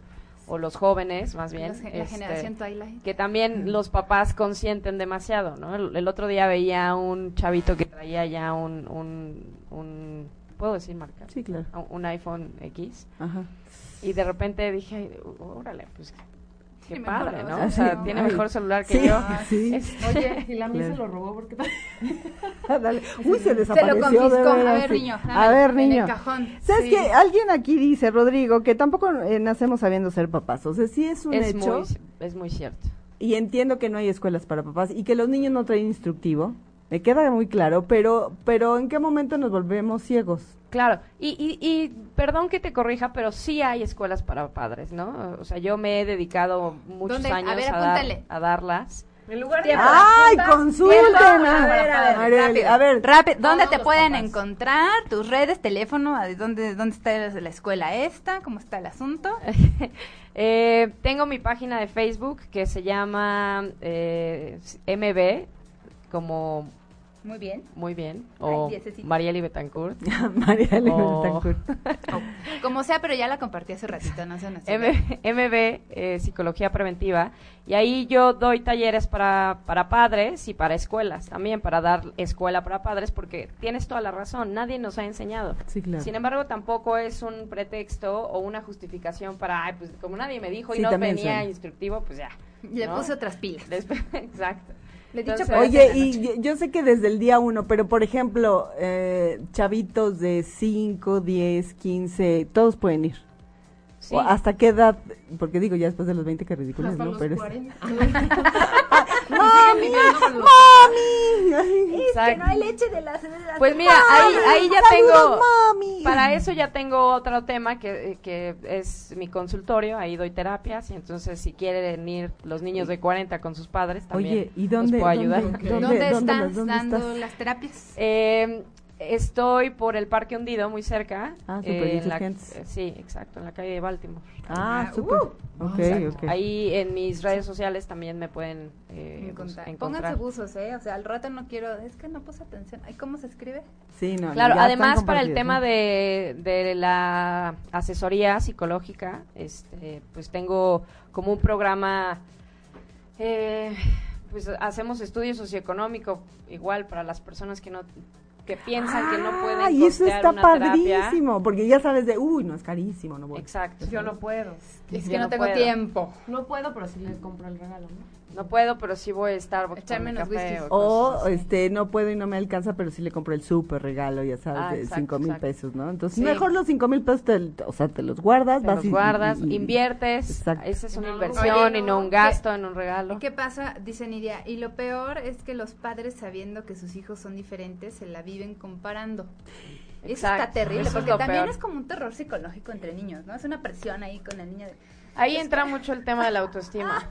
Speaker 11: o los jóvenes, más bien.
Speaker 5: Los gen- la
Speaker 11: este,
Speaker 5: generación Twilight.
Speaker 11: que también los papás consienten demasiado, ¿no? El, el otro día veía un chavito que traía ya un, un, un ¿puedo decir marca?
Speaker 4: Sí, claro.
Speaker 11: Un iPhone X.
Speaker 4: Ajá.
Speaker 11: Y de repente dije, "Ay, órale, pues qué
Speaker 5: Sí, mejor
Speaker 11: padre,
Speaker 5: lo
Speaker 11: ¿no?
Speaker 5: vas a
Speaker 11: O sea,
Speaker 5: hacer, ¿no?
Speaker 11: tiene
Speaker 4: Ay.
Speaker 11: mejor celular que
Speaker 4: Sí,
Speaker 11: yo.
Speaker 4: [LAUGHS] sí.
Speaker 11: Este,
Speaker 6: Oye, y la mía se
Speaker 4: Claro.
Speaker 6: lo robó porque
Speaker 4: Ah, Dale. Uy, se desapareció. de
Speaker 5: confiscó. A
Speaker 4: veras,
Speaker 5: ver,
Speaker 4: sí.
Speaker 5: niño,
Speaker 4: A
Speaker 5: dámelo,
Speaker 4: ver,
Speaker 5: en el
Speaker 4: niño.
Speaker 5: cajón.
Speaker 4: ¿Sabes
Speaker 5: Sí.
Speaker 4: qué? Alguien aquí dice, Rodrigo, que tampoco eh, nacemos sabiendo ser papás. O sea, sí es un
Speaker 11: es,
Speaker 4: hecho.
Speaker 11: muy, es muy cierto.
Speaker 4: Y entiendo que no hay escuelas para papás y que los niños no traen instructivo. Me queda muy claro, pero, pero ¿en qué momento nos volvemos ciegos? [LAUGHS]
Speaker 11: Claro, y, y, y perdón que te corrija, pero sí hay escuelas para padres, ¿no? O sea, yo me he dedicado muchos
Speaker 5: ¿Dónde? A
Speaker 11: años
Speaker 5: ver,
Speaker 11: a, dar-
Speaker 5: apúntale.
Speaker 11: a
Speaker 5: [LAUGHS]
Speaker 11: darlas.
Speaker 6: En lugar de...
Speaker 5: Tiempo.
Speaker 4: ¡Ay,
Speaker 6: juntas,
Speaker 4: consulten!
Speaker 6: tiempo.
Speaker 4: A
Speaker 6: ver, a ver,
Speaker 4: Areli,
Speaker 5: rápido.
Speaker 4: a ver.
Speaker 5: Rápido, ¿dónde
Speaker 6: Todos
Speaker 5: te
Speaker 6: los
Speaker 5: pueden
Speaker 6: papás.
Speaker 5: encontrar? Tus redes, teléfono, ¿a ¿dónde, dónde está la escuela esta? ¿Cómo está el asunto?
Speaker 11: Eh, tengo mi página de Facebook que se llama eh, MB, como
Speaker 5: Muy bien.
Speaker 11: muy bien, o
Speaker 5: Ay, diececito.
Speaker 11: Marieli Betancourt.
Speaker 4: María Elena
Speaker 11: Oh. [LAUGHS]
Speaker 4: Betancourt.
Speaker 5: Como sea, pero ya la compartí hace ratito, no sé. [LAUGHS] no sé.
Speaker 11: [LAUGHS] M- MB, eh, Psicología Preventiva, y ahí yo doy talleres para, para padres y para escuelas, también para dar escuela para padres, porque tienes toda la razón, nadie nos ha enseñado.
Speaker 4: Sí, claro.
Speaker 11: Sin embargo, tampoco es un pretexto o una justificación para, "Ay, pues como nadie me dijo
Speaker 4: Sí,
Speaker 11: y no
Speaker 4: también
Speaker 11: venía
Speaker 4: son.
Speaker 11: instructivo, pues ya. [LAUGHS]
Speaker 5: Le
Speaker 11: ¿no?
Speaker 5: puse otras pilas.
Speaker 11: Después- [LAUGHS] Exacto.
Speaker 5: Le he dicho
Speaker 11: Entonces-
Speaker 5: por Pero
Speaker 4: Oye,
Speaker 5: es en la
Speaker 4: y yo- yo sé que desde el día uno, pero por ejemplo, eh, chavitos de 5, 10, 15, todos pueden ir.
Speaker 11: Sí.
Speaker 4: ¿O ¿Hasta qué edad? Porque digo, ya después de los 20, que ridículo,
Speaker 6: Hasta
Speaker 4: ¿no?
Speaker 6: los
Speaker 4: Pero es-
Speaker 6: 40.
Speaker 4: ¡Mami!
Speaker 6: viviendo con los-
Speaker 4: ¡Mami!
Speaker 11: Exacto.
Speaker 5: leche de Ah, las...
Speaker 11: Pues mira, ahí,
Speaker 4: Mami,
Speaker 11: ahí ya
Speaker 4: saludos,
Speaker 11: tengo...
Speaker 4: mami.
Speaker 11: Para eso ya tengo otro tema que, eh, que es mi consultorio, ahí doy terapias y entonces si quieren ir los niños de 40 con sus padres también
Speaker 4: Oye, ¿y dónde?
Speaker 11: los puedo ayudar.
Speaker 4: ¿Dónde,
Speaker 5: ¿Dónde,
Speaker 4: dónde- dónde
Speaker 5: estás
Speaker 4: los- dónde
Speaker 5: dando
Speaker 4: estás?
Speaker 5: las terapias?
Speaker 11: Eh, estoy por el Parque Hundido, muy cerca.
Speaker 4: Ah,
Speaker 11: eh,
Speaker 4: Superinsurgentes.
Speaker 11: eh, sí, exacto, en la calle de Baltimore.
Speaker 4: Ah,
Speaker 5: Ah,
Speaker 4: súper.
Speaker 11: uh, Exacto.
Speaker 4: ok, ok.
Speaker 11: Ahí en mis redes sociales también me pueden
Speaker 4: pues,
Speaker 11: eh, bus-
Speaker 5: Encontrar. Pónganse
Speaker 11: encontrar.
Speaker 5: buzos, ¿eh? O sea, al rato no quiero... Es que no puse atención. Ay, ¿Cómo se escribe?
Speaker 4: Sí, no, no,
Speaker 11: Claro,
Speaker 4: ya
Speaker 11: además
Speaker 4: están
Speaker 11: para el
Speaker 4: compartidos,
Speaker 11: tema
Speaker 4: ¿no?
Speaker 11: de, de la asesoría psicológica, este, pues tengo como un programa, eh, pues hacemos estudio socioeconómico igual para las personas que no que piensan que no pueden
Speaker 4: Ah, y eso
Speaker 11: costear
Speaker 4: está
Speaker 11: una terapia.
Speaker 4: padrísimo, porque ya sabes de, uy, no, es carísimo, no voy.
Speaker 11: Exacto.
Speaker 6: Yo no puedo.
Speaker 5: Es
Speaker 11: Yo
Speaker 5: que no,
Speaker 11: no
Speaker 5: tengo
Speaker 11: puedo.
Speaker 5: tiempo.
Speaker 6: No puedo, pero sí le compro el regalo, ¿no?
Speaker 11: No puedo, pero sí voy a estar con
Speaker 5: Echarme
Speaker 11: mi
Speaker 5: unos
Speaker 11: café
Speaker 5: whiskies.
Speaker 4: O,
Speaker 11: cosas así.
Speaker 4: este, no puedo y no me alcanza, pero sí le compro el súper regalo, ya sabes,
Speaker 11: Ah,
Speaker 4: de
Speaker 11: exacto,
Speaker 4: cinco mil
Speaker 11: exacto.
Speaker 4: pesos, ¿no? Entonces,
Speaker 11: Sí.
Speaker 4: mejor los cinco mil pesos, te, o sea, te los guardas,
Speaker 11: Te
Speaker 4: vas
Speaker 11: los
Speaker 4: y- y-
Speaker 11: guardas,
Speaker 4: y-
Speaker 11: inviertes.
Speaker 4: Exacto.
Speaker 11: Esa es una
Speaker 6: En algo.
Speaker 11: inversión
Speaker 5: Oye,
Speaker 11: y no un
Speaker 5: ¿qué-
Speaker 11: gasto en un regalo.
Speaker 5: ¿Qué pasa? Dice Nidia, y lo peor es que los padres sabiendo que sus hijos son diferentes se la viven comparando. Eso está
Speaker 11: Exacto,
Speaker 5: terrible,
Speaker 11: eso es
Speaker 5: porque
Speaker 11: lo
Speaker 5: también
Speaker 11: peor.
Speaker 5: es como un terror psicológico entre niños, ¿no? Es una presión ahí con el niño. De...
Speaker 11: Ahí entra mucho el tema de la
Speaker 5: Ah,
Speaker 11: autoestima.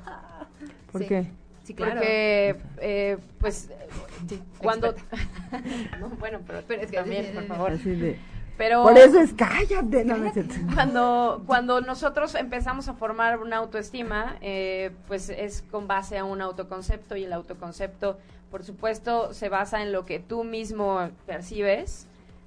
Speaker 4: ¿Por
Speaker 5: Sí.
Speaker 4: qué?
Speaker 5: Sí, claro.
Speaker 11: Porque, eh, pues, eh,
Speaker 5: Sí,
Speaker 11: cuando...
Speaker 5: experta.
Speaker 11: [LAUGHS] No, bueno, pero,
Speaker 5: Pero es que-
Speaker 11: también, por favor.
Speaker 4: Así de,
Speaker 11: Pero
Speaker 4: Por eso es cállate, no, no es cierto.
Speaker 11: cuando, cuando nosotros empezamos a formar una autoestima, eh, pues es con base a un autoconcepto y el autoconcepto, por supuesto, se basa en lo que tú mismo percibes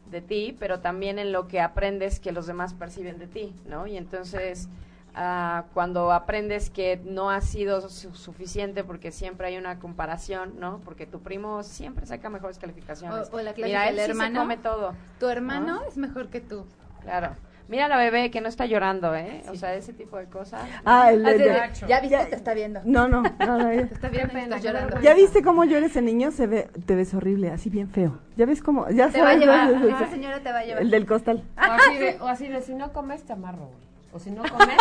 Speaker 11: de ti, pero también en lo que aprendes que los demás perciben de ti, ¿no? Y entonces, ah, cuando aprendes que no has sido su- suficiente porque siempre hay una comparación, ¿no? Porque tu primo siempre saca mejores calificaciones.
Speaker 5: O- o la clásica,
Speaker 11: Mira, él
Speaker 5: el
Speaker 11: sí se
Speaker 5: hermano.
Speaker 11: come todo.
Speaker 5: Tu hermano es mejor que tú.
Speaker 4: Ah,
Speaker 11: Claro. Mira la bebé que no está llorando, ¿eh? O sea, ese tipo de cosas.
Speaker 4: Ah, el,
Speaker 5: Así
Speaker 4: el-
Speaker 5: de,
Speaker 4: el-
Speaker 5: ya viste, te está viendo.
Speaker 4: no, no, no, no, ya.
Speaker 5: Te está viendo, y estás
Speaker 6: qué
Speaker 5: llorando.
Speaker 4: ¿Ya viste cómo llora ese niño? Se ve, te ves horrible, así bien feo. ¿Ya ves cómo? Ya
Speaker 5: Te va a
Speaker 4: sabes,
Speaker 5: llevar.
Speaker 4: ¿no? [LAUGHS]
Speaker 5: Esa señora te va a llevar.
Speaker 4: El del costal.
Speaker 6: O así, de, o así de, si no comes, te amarro, güey. O si no comes,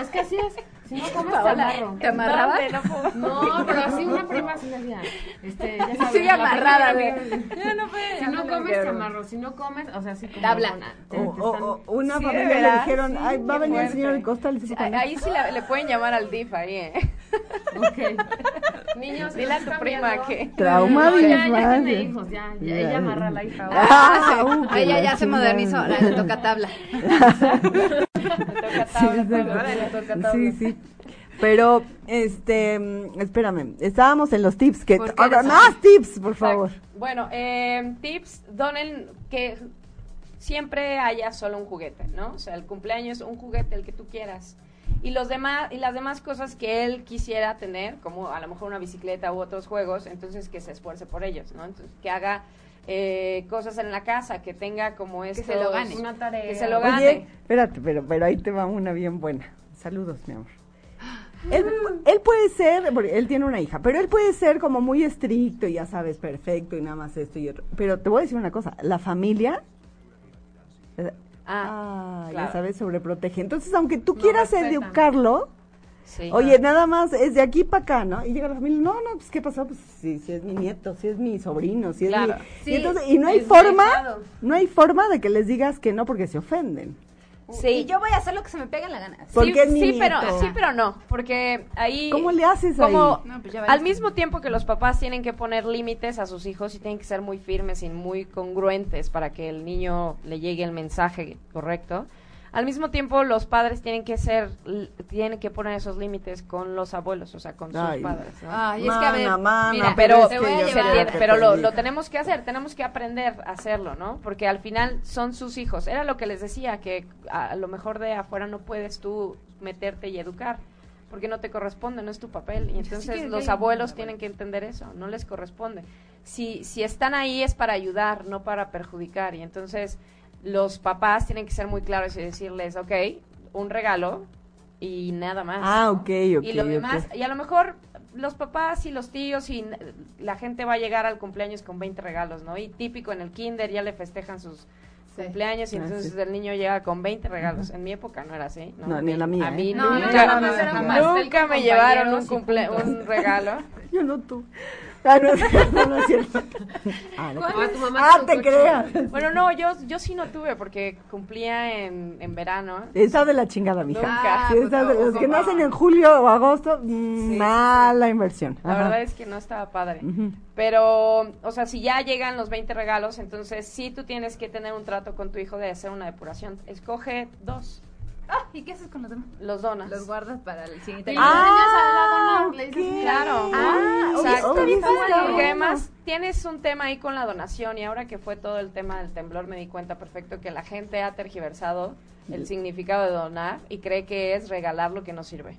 Speaker 6: es que así es. Si no comes, te amarro.
Speaker 5: ¿Te amarraba?
Speaker 6: No, pero así una prima así decía. Este, ya sabes,
Speaker 5: Sí,
Speaker 6: la
Speaker 5: amarrada,
Speaker 6: prima
Speaker 5: de-
Speaker 6: que- Si no comes, te amarro. Si no comes, o sea, así como.
Speaker 5: Tabla.
Speaker 6: una- te-
Speaker 4: O,
Speaker 11: Oh,
Speaker 6: te están-
Speaker 4: o- o una
Speaker 11: Sí,
Speaker 4: familia
Speaker 11: de
Speaker 4: le
Speaker 11: veras,
Speaker 4: dijeron, ay, va a
Speaker 11: qué
Speaker 4: venir el
Speaker 11: fuerte.
Speaker 4: señor del costal. y se fue. [LAUGHS]
Speaker 11: Ahí, ahí sí la- le pueden llamar al DIF ahí, ¿eh?
Speaker 6: [LAUGHS] Ok. Niños,
Speaker 11: Dile a [LAUGHS] tu prima
Speaker 6: [LAUGHS]
Speaker 11: que...
Speaker 4: Trauma
Speaker 6: No,
Speaker 4: de
Speaker 6: ya, ya
Speaker 4: infancia.
Speaker 6: tiene hijos, ya, ya, ella amarra a la hija.
Speaker 4: Ah, uh,
Speaker 5: Ah,
Speaker 4: qué
Speaker 5: Ella
Speaker 4: la
Speaker 5: ya se
Speaker 4: chingada.
Speaker 5: modernizó, ahora le toca tabla.
Speaker 11: Le toca
Speaker 4: Sí,
Speaker 11: tabla,
Speaker 4: exacto.
Speaker 11: ahora le toca
Speaker 4: Sí,
Speaker 11: tabla.
Speaker 4: sí. Pero, este, mm, espérame, estábamos en los tips. que
Speaker 5: ¿Por qué
Speaker 4: ahora,
Speaker 5: eres
Speaker 4: Más tips, por favor.
Speaker 11: Exacto. Bueno, eh, tips, donen que siempre haya solo un juguete, ¿no? O sea, el cumpleaños, un juguete, el que tú quieras. Y, los demás, y las demás cosas que él quisiera tener, como a lo mejor una bicicleta u otros juegos, entonces que se esfuerce por ellos, ¿no? Entonces, que haga eh, cosas en la casa, que tenga como
Speaker 5: se
Speaker 11: estos...
Speaker 5: lo gane.
Speaker 6: Una tarea.
Speaker 11: Que se lo gane.
Speaker 4: Oye, espérate, pero, pero ahí te va una bien buena. Saludos,
Speaker 11: [GASPS]
Speaker 4: mi amor. Él, él puede ser, porque él tiene una hija, pero él puede ser como muy estricto y ya sabes, perfecto y nada más esto y otro. Pero te voy a decir una cosa, la familia, eh,
Speaker 11: Ah,
Speaker 4: ah, ya
Speaker 11: claro.
Speaker 4: sabes, sobreprotege. Entonces, aunque tú
Speaker 6: No
Speaker 4: quieras
Speaker 6: respetan.
Speaker 4: educarlo,
Speaker 11: Sí.
Speaker 4: oye, nada más es de aquí para acá, ¿no? Y llega la familia, no, no, pues ¿qué pasó? Pues si, si es mi nieto, si es mi sobrino, si es
Speaker 11: Claro.
Speaker 4: mi...
Speaker 5: Sí,
Speaker 4: y, entonces, y no hay
Speaker 5: es
Speaker 4: forma,
Speaker 5: dejado.
Speaker 4: no hay forma de que les digas que no porque se ofenden.
Speaker 11: Sí.
Speaker 5: Y yo voy a hacer lo que se me pega en la gana.
Speaker 4: ¿Por
Speaker 11: sí,
Speaker 4: qué es mi
Speaker 11: sí,
Speaker 4: nieto?
Speaker 11: pero sí, pero no, porque ahí
Speaker 4: ¿Cómo le haces
Speaker 11: como
Speaker 5: No, pues ya
Speaker 11: al
Speaker 5: valiste.
Speaker 11: mismo tiempo que los papás tienen que poner límites a sus hijos y tienen que ser muy firmes y muy congruentes para que el niño le llegue el mensaje correcto. Al mismo tiempo los padres tienen que ser tienen que poner esos límites con los abuelos, o sea, con
Speaker 4: Ay.
Speaker 11: sus padres, ¿no?
Speaker 5: Ay, es que a ver,
Speaker 4: Mana, mana,
Speaker 5: mira,
Speaker 11: pero
Speaker 5: te voy a
Speaker 4: yo
Speaker 5: llevar-
Speaker 11: se
Speaker 4: creo
Speaker 11: tiene-
Speaker 4: que
Speaker 11: pero
Speaker 4: te
Speaker 11: lo,
Speaker 4: digo.
Speaker 11: lo tenemos que hacer, tenemos que aprender a hacerlo, ¿no? Porque al final son sus hijos. Era lo que les decía, que a, a lo mejor de afuera no puedes tú meterte y educar, porque no te corresponde, no es tu papel. Y entonces
Speaker 5: que-
Speaker 11: los
Speaker 5: ya-
Speaker 11: abuelos tienen que entender eso, no les corresponde. Si, si están ahí es para ayudar, no para perjudicar. Y entonces los papás tienen que ser muy claros y decirles, ok, un regalo y nada más.
Speaker 4: Ah, ok, ok.
Speaker 11: Y lo demás,
Speaker 4: ok.
Speaker 11: y a lo mejor los papás y los tíos y n- la gente va a llegar al cumpleaños con 20 regalos, ¿no? Y típico en el kinder ya le festejan sus
Speaker 5: Sí.
Speaker 11: cumpleaños y
Speaker 4: Ah,
Speaker 11: entonces
Speaker 4: sí.
Speaker 11: el niño llega con 20 regalos. En mi época no era así, ¿no?
Speaker 4: No, ni en la mía,
Speaker 11: A mí
Speaker 4: ¿eh?
Speaker 5: No, no, no,
Speaker 11: nunca,
Speaker 5: no, no, no, jamás.
Speaker 11: nunca
Speaker 6: Pastel
Speaker 11: me
Speaker 6: con
Speaker 11: llevaron un,
Speaker 6: compañeros y
Speaker 11: cumple-
Speaker 5: [LAUGHS]
Speaker 11: un regalo.
Speaker 4: Yo no tú. Ah, no, [LAUGHS] es cierto, no es
Speaker 11: [LAUGHS]
Speaker 4: cierto. Ah, no.
Speaker 6: Ah, tu mamá
Speaker 4: Ah,
Speaker 6: es
Speaker 4: te
Speaker 6: un
Speaker 4: creas.
Speaker 11: Bueno, no, yo, yo sí no tuve porque cumplía en, en verano.
Speaker 4: Esa de la chingada, mija.
Speaker 11: Nunca. pues,
Speaker 4: Sí, esa de los que nacen en julio o agosto, mm, mala inversión.
Speaker 11: La
Speaker 4: Ajá.
Speaker 11: verdad es que no estaba padre.
Speaker 4: Ujú.
Speaker 11: Pero, o sea, si ya llegan los 20 regalos, entonces sí tú tienes que tener un trato con tu hijo de hacer una depuración. Escoge dos,
Speaker 5: Ah, ¿y qué haces con los demás?
Speaker 11: los donas.
Speaker 5: Los guardas para el siguiente.
Speaker 6: Y
Speaker 5: año.
Speaker 6: los niños al
Speaker 4: Ah,
Speaker 6: lado, no, le dices,
Speaker 4: ok.
Speaker 6: mira,
Speaker 11: Claro.
Speaker 4: Ah, oye,
Speaker 11: Exacto.
Speaker 4: oye, eso está
Speaker 11: Porque
Speaker 4: Ah, bueno.
Speaker 11: además tienes un tema ahí con la donación y ahora que fue todo el tema del temblor me di cuenta perfecto que la gente ha tergiversado el significado de donar y cree que es regalar lo que no sirve.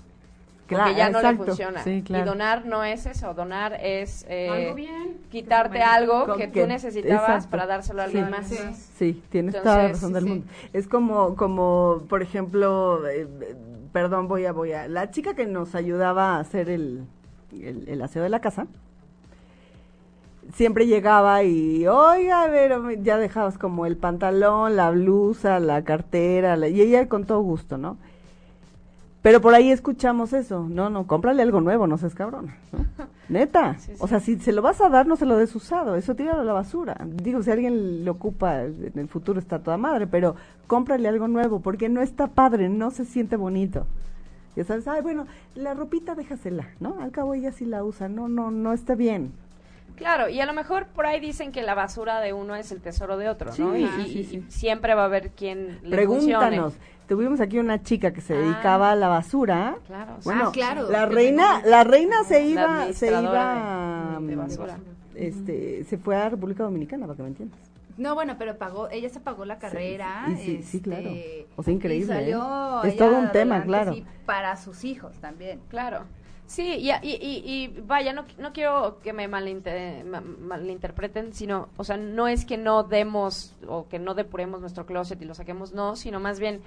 Speaker 4: Claro,
Speaker 11: porque ya no
Speaker 4: exacto.
Speaker 11: le funciona.
Speaker 4: Sí, claro.
Speaker 11: Y donar no es eso, donar es eh,
Speaker 6: Algo bien.
Speaker 11: quitarte algo
Speaker 4: Con
Speaker 11: que
Speaker 4: que-
Speaker 11: tú necesitabas
Speaker 4: exacto.
Speaker 11: para dárselo a
Speaker 4: Sí.
Speaker 11: alguien más.
Speaker 5: Sí.
Speaker 4: Sí, tienes toda la
Speaker 11: Entonces,
Speaker 4: razón
Speaker 11: sí,
Speaker 4: del
Speaker 11: sí.
Speaker 4: mundo. Es como, como, por ejemplo, eh, eh, perdón, voy a, voy a, la chica que nos ayudaba a hacer el, el, el aseo de la casa, siempre llegaba y, oiga, a ver, ya dejabas como el pantalón, la blusa, la cartera, la- y ella con todo gusto, ¿no? Pero por ahí escuchamos eso, no, no, cómprale algo nuevo, no seas cabrona, [LAUGHS] ¿no? Neta,
Speaker 11: Sí, sí.
Speaker 4: o sea, si se lo vas a dar, no se lo des usado, eso tíralo a la basura. Digo, si alguien lo ocupa, en el futuro está toda madre, pero cómprale algo nuevo, porque no está padre, no se siente bonito. Ya sabes, ay, bueno, la ropita déjasela, ¿no? Al cabo ella sí la usa, no, no, no está bien.
Speaker 11: Claro, y a lo mejor por ahí dicen que la basura de uno es el tesoro de otro, ¿no?
Speaker 4: Sí,
Speaker 11: Y,
Speaker 4: sí,
Speaker 11: y-
Speaker 4: sí,
Speaker 11: y siempre va a haber quien le
Speaker 4: Pregúntanos.
Speaker 11: funcione.
Speaker 4: Tuvimos aquí una chica que se dedicaba a la basura.
Speaker 11: Claro, sí.
Speaker 4: Bueno,
Speaker 11: Ah, claro,
Speaker 4: la
Speaker 11: que
Speaker 4: reina,
Speaker 11: tenemos
Speaker 4: la reina Pues se
Speaker 11: la
Speaker 4: iba, se
Speaker 11: administradora
Speaker 4: iba,
Speaker 11: de- de
Speaker 4: mm,
Speaker 11: basura.
Speaker 4: este, se fue a República Dominicana, para que me entiendas.
Speaker 5: No, bueno, pero pagó, ella se pagó la carrera.
Speaker 4: y sí, sí,
Speaker 5: este,
Speaker 4: claro. O sea, increíble,
Speaker 5: Y salió
Speaker 4: ¿eh? Es
Speaker 5: ella
Speaker 4: todo un tema,
Speaker 5: adelante,
Speaker 4: claro.
Speaker 5: sí, para sus hijos también.
Speaker 11: Claro. Sí, y, y- y- y vaya, no, no quiero que me malinte- ma- malinterpreten, sino, o sea, no es que no demos o que no depuremos nuestro closet y lo saquemos, no, sino más bien,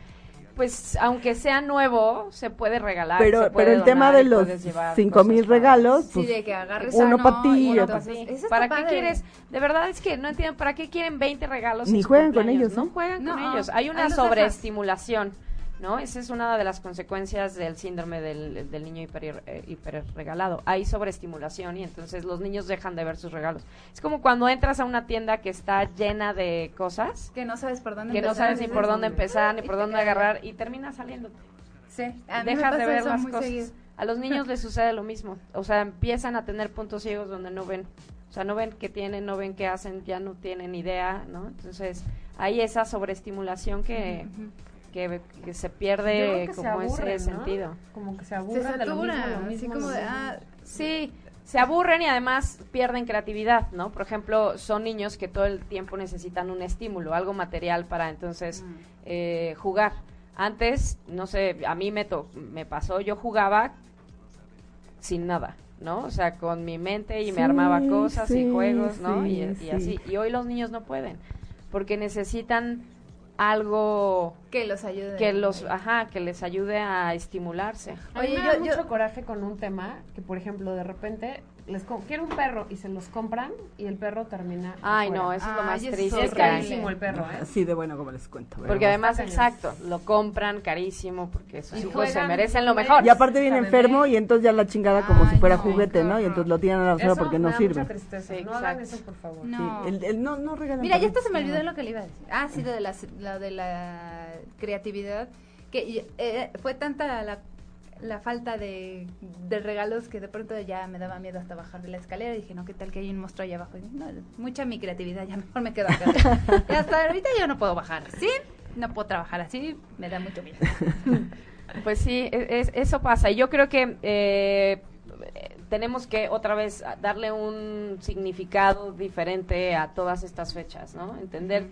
Speaker 11: pues aunque sea nuevo, se puede regalar.
Speaker 4: pero,
Speaker 11: se puede
Speaker 4: pero el tema
Speaker 11: donar
Speaker 4: de
Speaker 11: y
Speaker 4: los
Speaker 11: puedes llevar
Speaker 4: cinco mil
Speaker 11: cosas para-
Speaker 4: regalos,
Speaker 5: Sí,
Speaker 4: pues,
Speaker 5: de que agarres
Speaker 4: uno
Speaker 5: uno,
Speaker 4: pa' ti,
Speaker 5: uno
Speaker 4: otro
Speaker 5: pa'
Speaker 4: pa'
Speaker 5: ti. Eso está
Speaker 11: ¿Para qué
Speaker 5: padre.
Speaker 11: quieres? De verdad es que no entiendo, ¿para qué quieren 20 regalos?
Speaker 4: Ni
Speaker 11: en su
Speaker 4: juegan con
Speaker 11: cumpleaños?
Speaker 4: ellos, ¿no?
Speaker 11: juegan con
Speaker 5: No, ah,
Speaker 11: ellos. Hay
Speaker 5: ahí
Speaker 11: una
Speaker 5: los dejas.
Speaker 11: sobreestimulación, ¿no? Esa es una de las consecuencias del síndrome del, del niño hiper, eh, hiperregalado. Hay sobreestimulación y entonces los niños dejan de ver sus regalos. Es como cuando entras a una tienda que está llena de cosas
Speaker 5: Que no sabes por dónde
Speaker 11: que no
Speaker 5: empezar,
Speaker 11: sabes ni
Speaker 5: dices,
Speaker 11: por dónde empezar, ni
Speaker 5: "Ay,
Speaker 11: por
Speaker 5: te
Speaker 11: dónde
Speaker 5: quedas".
Speaker 11: agarrar y terminas saliéndote
Speaker 5: Sí, a mí me
Speaker 11: dejas de
Speaker 5: pasa
Speaker 11: ver
Speaker 5: eso
Speaker 11: las
Speaker 5: muy
Speaker 11: cosas.
Speaker 5: seguido.
Speaker 11: A los niños les sucede lo mismo. O sea, empiezan a tener puntos ciegos donde no ven. O sea, no ven qué tienen, no ven qué hacen, ya no tienen idea, ¿no? Entonces, hay esa sobreestimulación que, que, que se
Speaker 6: Yo creo
Speaker 11: pierde
Speaker 6: que se
Speaker 11: como
Speaker 6: aburren,
Speaker 11: ese
Speaker 6: ¿no?
Speaker 11: sentido.
Speaker 6: Como que se
Speaker 5: Se
Speaker 6: aburren de lo mismo,
Speaker 5: satura,
Speaker 6: lo
Speaker 5: así
Speaker 6: mismo,
Speaker 5: como
Speaker 6: lo
Speaker 5: de,
Speaker 6: mismo.
Speaker 5: ah,
Speaker 11: Sí, se aburren y además pierden creatividad, ¿no? Por ejemplo, son niños que todo el tiempo necesitan un estímulo, algo material para entonces
Speaker 4: Mm.
Speaker 11: eh, jugar. Antes, no sé, a mí me, to- me pasó, yo jugaba sin nada, ¿no? O sea, con mi mente y
Speaker 4: Sí,
Speaker 11: me armaba cosas
Speaker 4: sí,
Speaker 11: y juegos, ¿no?
Speaker 4: sí,
Speaker 11: y, y
Speaker 4: sí.
Speaker 11: así. Y hoy los niños no pueden, porque necesitan algo
Speaker 5: que los ayude.
Speaker 11: que los, ajá, que les ayude a estimularse.
Speaker 5: Oye,
Speaker 6: Oye, me
Speaker 5: yo-
Speaker 6: da
Speaker 5: yo-
Speaker 6: mucho coraje con un tema que, por ejemplo, de repente les com- quiero un perro y se los compran y el perro termina.
Speaker 11: Ay,
Speaker 6: afuera.
Speaker 11: no, eso es lo
Speaker 5: Ay,
Speaker 11: más
Speaker 5: eso es
Speaker 11: triste.
Speaker 6: es
Speaker 11: que hay.
Speaker 6: carísimo el perro, ¿eh?
Speaker 4: así de bueno como les cuento. pero
Speaker 11: Porque además,
Speaker 6: cañón.
Speaker 11: exacto, lo compran carísimo porque sus
Speaker 6: Y
Speaker 11: hijos se
Speaker 6: juegan,
Speaker 11: merecen lo
Speaker 6: juegan.
Speaker 11: mejor.
Speaker 4: Y aparte viene
Speaker 6: Bebé.
Speaker 4: enfermo y entonces ya la chingada como
Speaker 5: Ay,
Speaker 4: si fuera
Speaker 5: no,
Speaker 4: juguete,
Speaker 5: qué
Speaker 4: ¿no? Y
Speaker 5: horror.
Speaker 4: entonces lo tiran a la basura
Speaker 6: Eso
Speaker 4: porque
Speaker 6: me
Speaker 4: no
Speaker 6: da
Speaker 4: sirve.
Speaker 6: Mucha tristeza.
Speaker 11: Sí,
Speaker 6: no hagan
Speaker 11: exacto.
Speaker 6: eso, por favor.
Speaker 4: Sí,
Speaker 5: No.
Speaker 4: el- el- no, no regalan
Speaker 5: Mira, ya hasta
Speaker 4: perritos,
Speaker 5: se me olvidó
Speaker 4: no.
Speaker 5: lo que le iba a decir. Ah, sí, lo de, las- lo de la creatividad. Que y- eh, fue tanta la, la falta de, de regalos que de pronto ya me daba miedo hasta bajar de la escalera. Y dije, no, ¿qué tal que hay un monstruo allá abajo? Y no, mucha mi creatividad, ya mejor me quedo [LAUGHS] acá. Y hasta ahorita yo no puedo bajar así, no puedo trabajar así, me da mucho miedo.
Speaker 11: Pues sí, e- es- eso pasa. Y yo creo que eh, tenemos que otra vez a- darle un significado diferente a todas estas fechas, ¿no? Entender,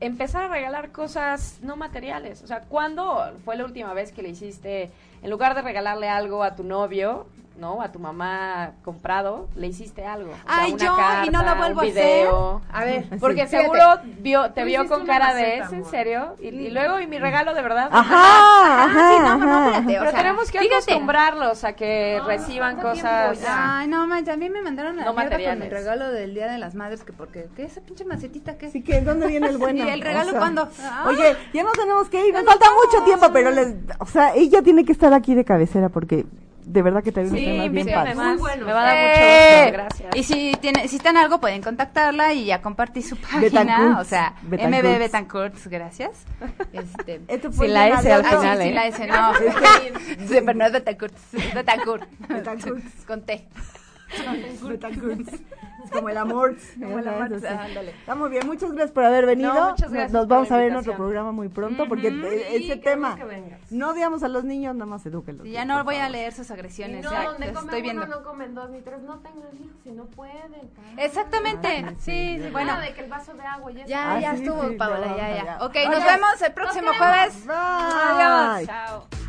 Speaker 11: empezar a regalar cosas no materiales. O sea, ¿cuándo fue la última vez que le hiciste, en lugar de regalarle algo a tu novio, ¿no? A tu mamá comprado, le hiciste algo. O sea,
Speaker 5: Ay,
Speaker 11: una
Speaker 5: yo, y no lo
Speaker 11: carta,
Speaker 5: vuelvo a
Speaker 11: un video.
Speaker 5: hacer. A ver,
Speaker 11: Porque
Speaker 5: fíjate.
Speaker 11: seguro vio, te
Speaker 6: Tú
Speaker 11: vio
Speaker 6: hiciste
Speaker 11: con
Speaker 6: una
Speaker 11: cara de,
Speaker 6: maceta,
Speaker 11: ¿es en
Speaker 6: amor".
Speaker 11: serio? Y, y luego, ¿y mi regalo de verdad?
Speaker 4: Ajá,
Speaker 5: Ah, sí,
Speaker 4: ajá,
Speaker 5: no, no,
Speaker 4: ajá.
Speaker 5: espérate, o
Speaker 11: Pero
Speaker 5: sea,
Speaker 11: tenemos que
Speaker 5: fíjate.
Speaker 11: acostumbrarlos a que reciban
Speaker 6: no, no,
Speaker 11: cosas.
Speaker 6: tiempo ya.
Speaker 5: Ay, no, manches, a mí me mandaron la
Speaker 11: No
Speaker 5: mierda con el
Speaker 11: materiales.
Speaker 5: regalo del Día de las Madres, que porque, ¿qué esa pinche macetita que
Speaker 4: Así que,
Speaker 5: [LAUGHS]
Speaker 4: ¿dónde viene el bueno?
Speaker 5: ¿Y el regalo cuándo? Ah.
Speaker 4: Oye, ya no tenemos que ir, nos falta mucho tiempo, pero les, o sea, ella tiene que estar aquí de cabecera porque de verdad que te unos
Speaker 11: Sí,
Speaker 4: temas bien
Speaker 11: invítenme
Speaker 4: padres.
Speaker 11: más. Me va a dar
Speaker 5: Eh,
Speaker 11: mucho gusto. Gracias.
Speaker 5: Y si, tiene, si están algo, pueden contactarla y ya compartí su página.
Speaker 4: Betancourts,
Speaker 5: O sea,
Speaker 4: Betancourts.
Speaker 5: MB Betancourts, gracias. Este,
Speaker 4: Esto fue
Speaker 11: Sin la
Speaker 4: llena
Speaker 11: S
Speaker 4: de
Speaker 11: al
Speaker 5: ah,
Speaker 4: otro-
Speaker 11: final,
Speaker 5: sí, sí,
Speaker 11: ¿eh?
Speaker 5: la S,
Speaker 4: [LAUGHS]
Speaker 5: no. Sí, pero no es Betancourts, es Betancourt.
Speaker 4: Betancourts.
Speaker 5: [LAUGHS] Con T.
Speaker 4: Betancourts. Es como el
Speaker 11: [LAUGHS]
Speaker 4: amor.
Speaker 5: Como el amor,
Speaker 4: Sí.
Speaker 5: ándale.
Speaker 4: Está muy bien, muchas gracias por haber venido.
Speaker 11: No, muchas
Speaker 4: Nos-
Speaker 11: gracias
Speaker 4: Nos
Speaker 11: por la
Speaker 4: vamos a ver en otro
Speaker 11: invitación.
Speaker 4: programa muy pronto porque e- ese tema, no digamos a los niños, nada más edúquenlos.
Speaker 5: Y ya no voy a leer sus agresiones.
Speaker 6: no,
Speaker 5: ya,
Speaker 6: donde
Speaker 5: las
Speaker 6: comen
Speaker 5: estoy viendo.
Speaker 6: uno, no comen dos ni tres. No tengan hijos si no pueden.
Speaker 5: Exactamente. Sí, sí, bueno.
Speaker 6: Bueno, Ah, de que el vaso de agua y eso.
Speaker 5: Ya,
Speaker 4: Ah,
Speaker 5: ya
Speaker 4: sí,
Speaker 5: estuvo,
Speaker 4: sí,
Speaker 5: Paola,
Speaker 4: no,
Speaker 5: ya,
Speaker 4: ya.
Speaker 5: ya. Ok, nos vemos el próximo jueves.
Speaker 4: Bye.
Speaker 11: Chao.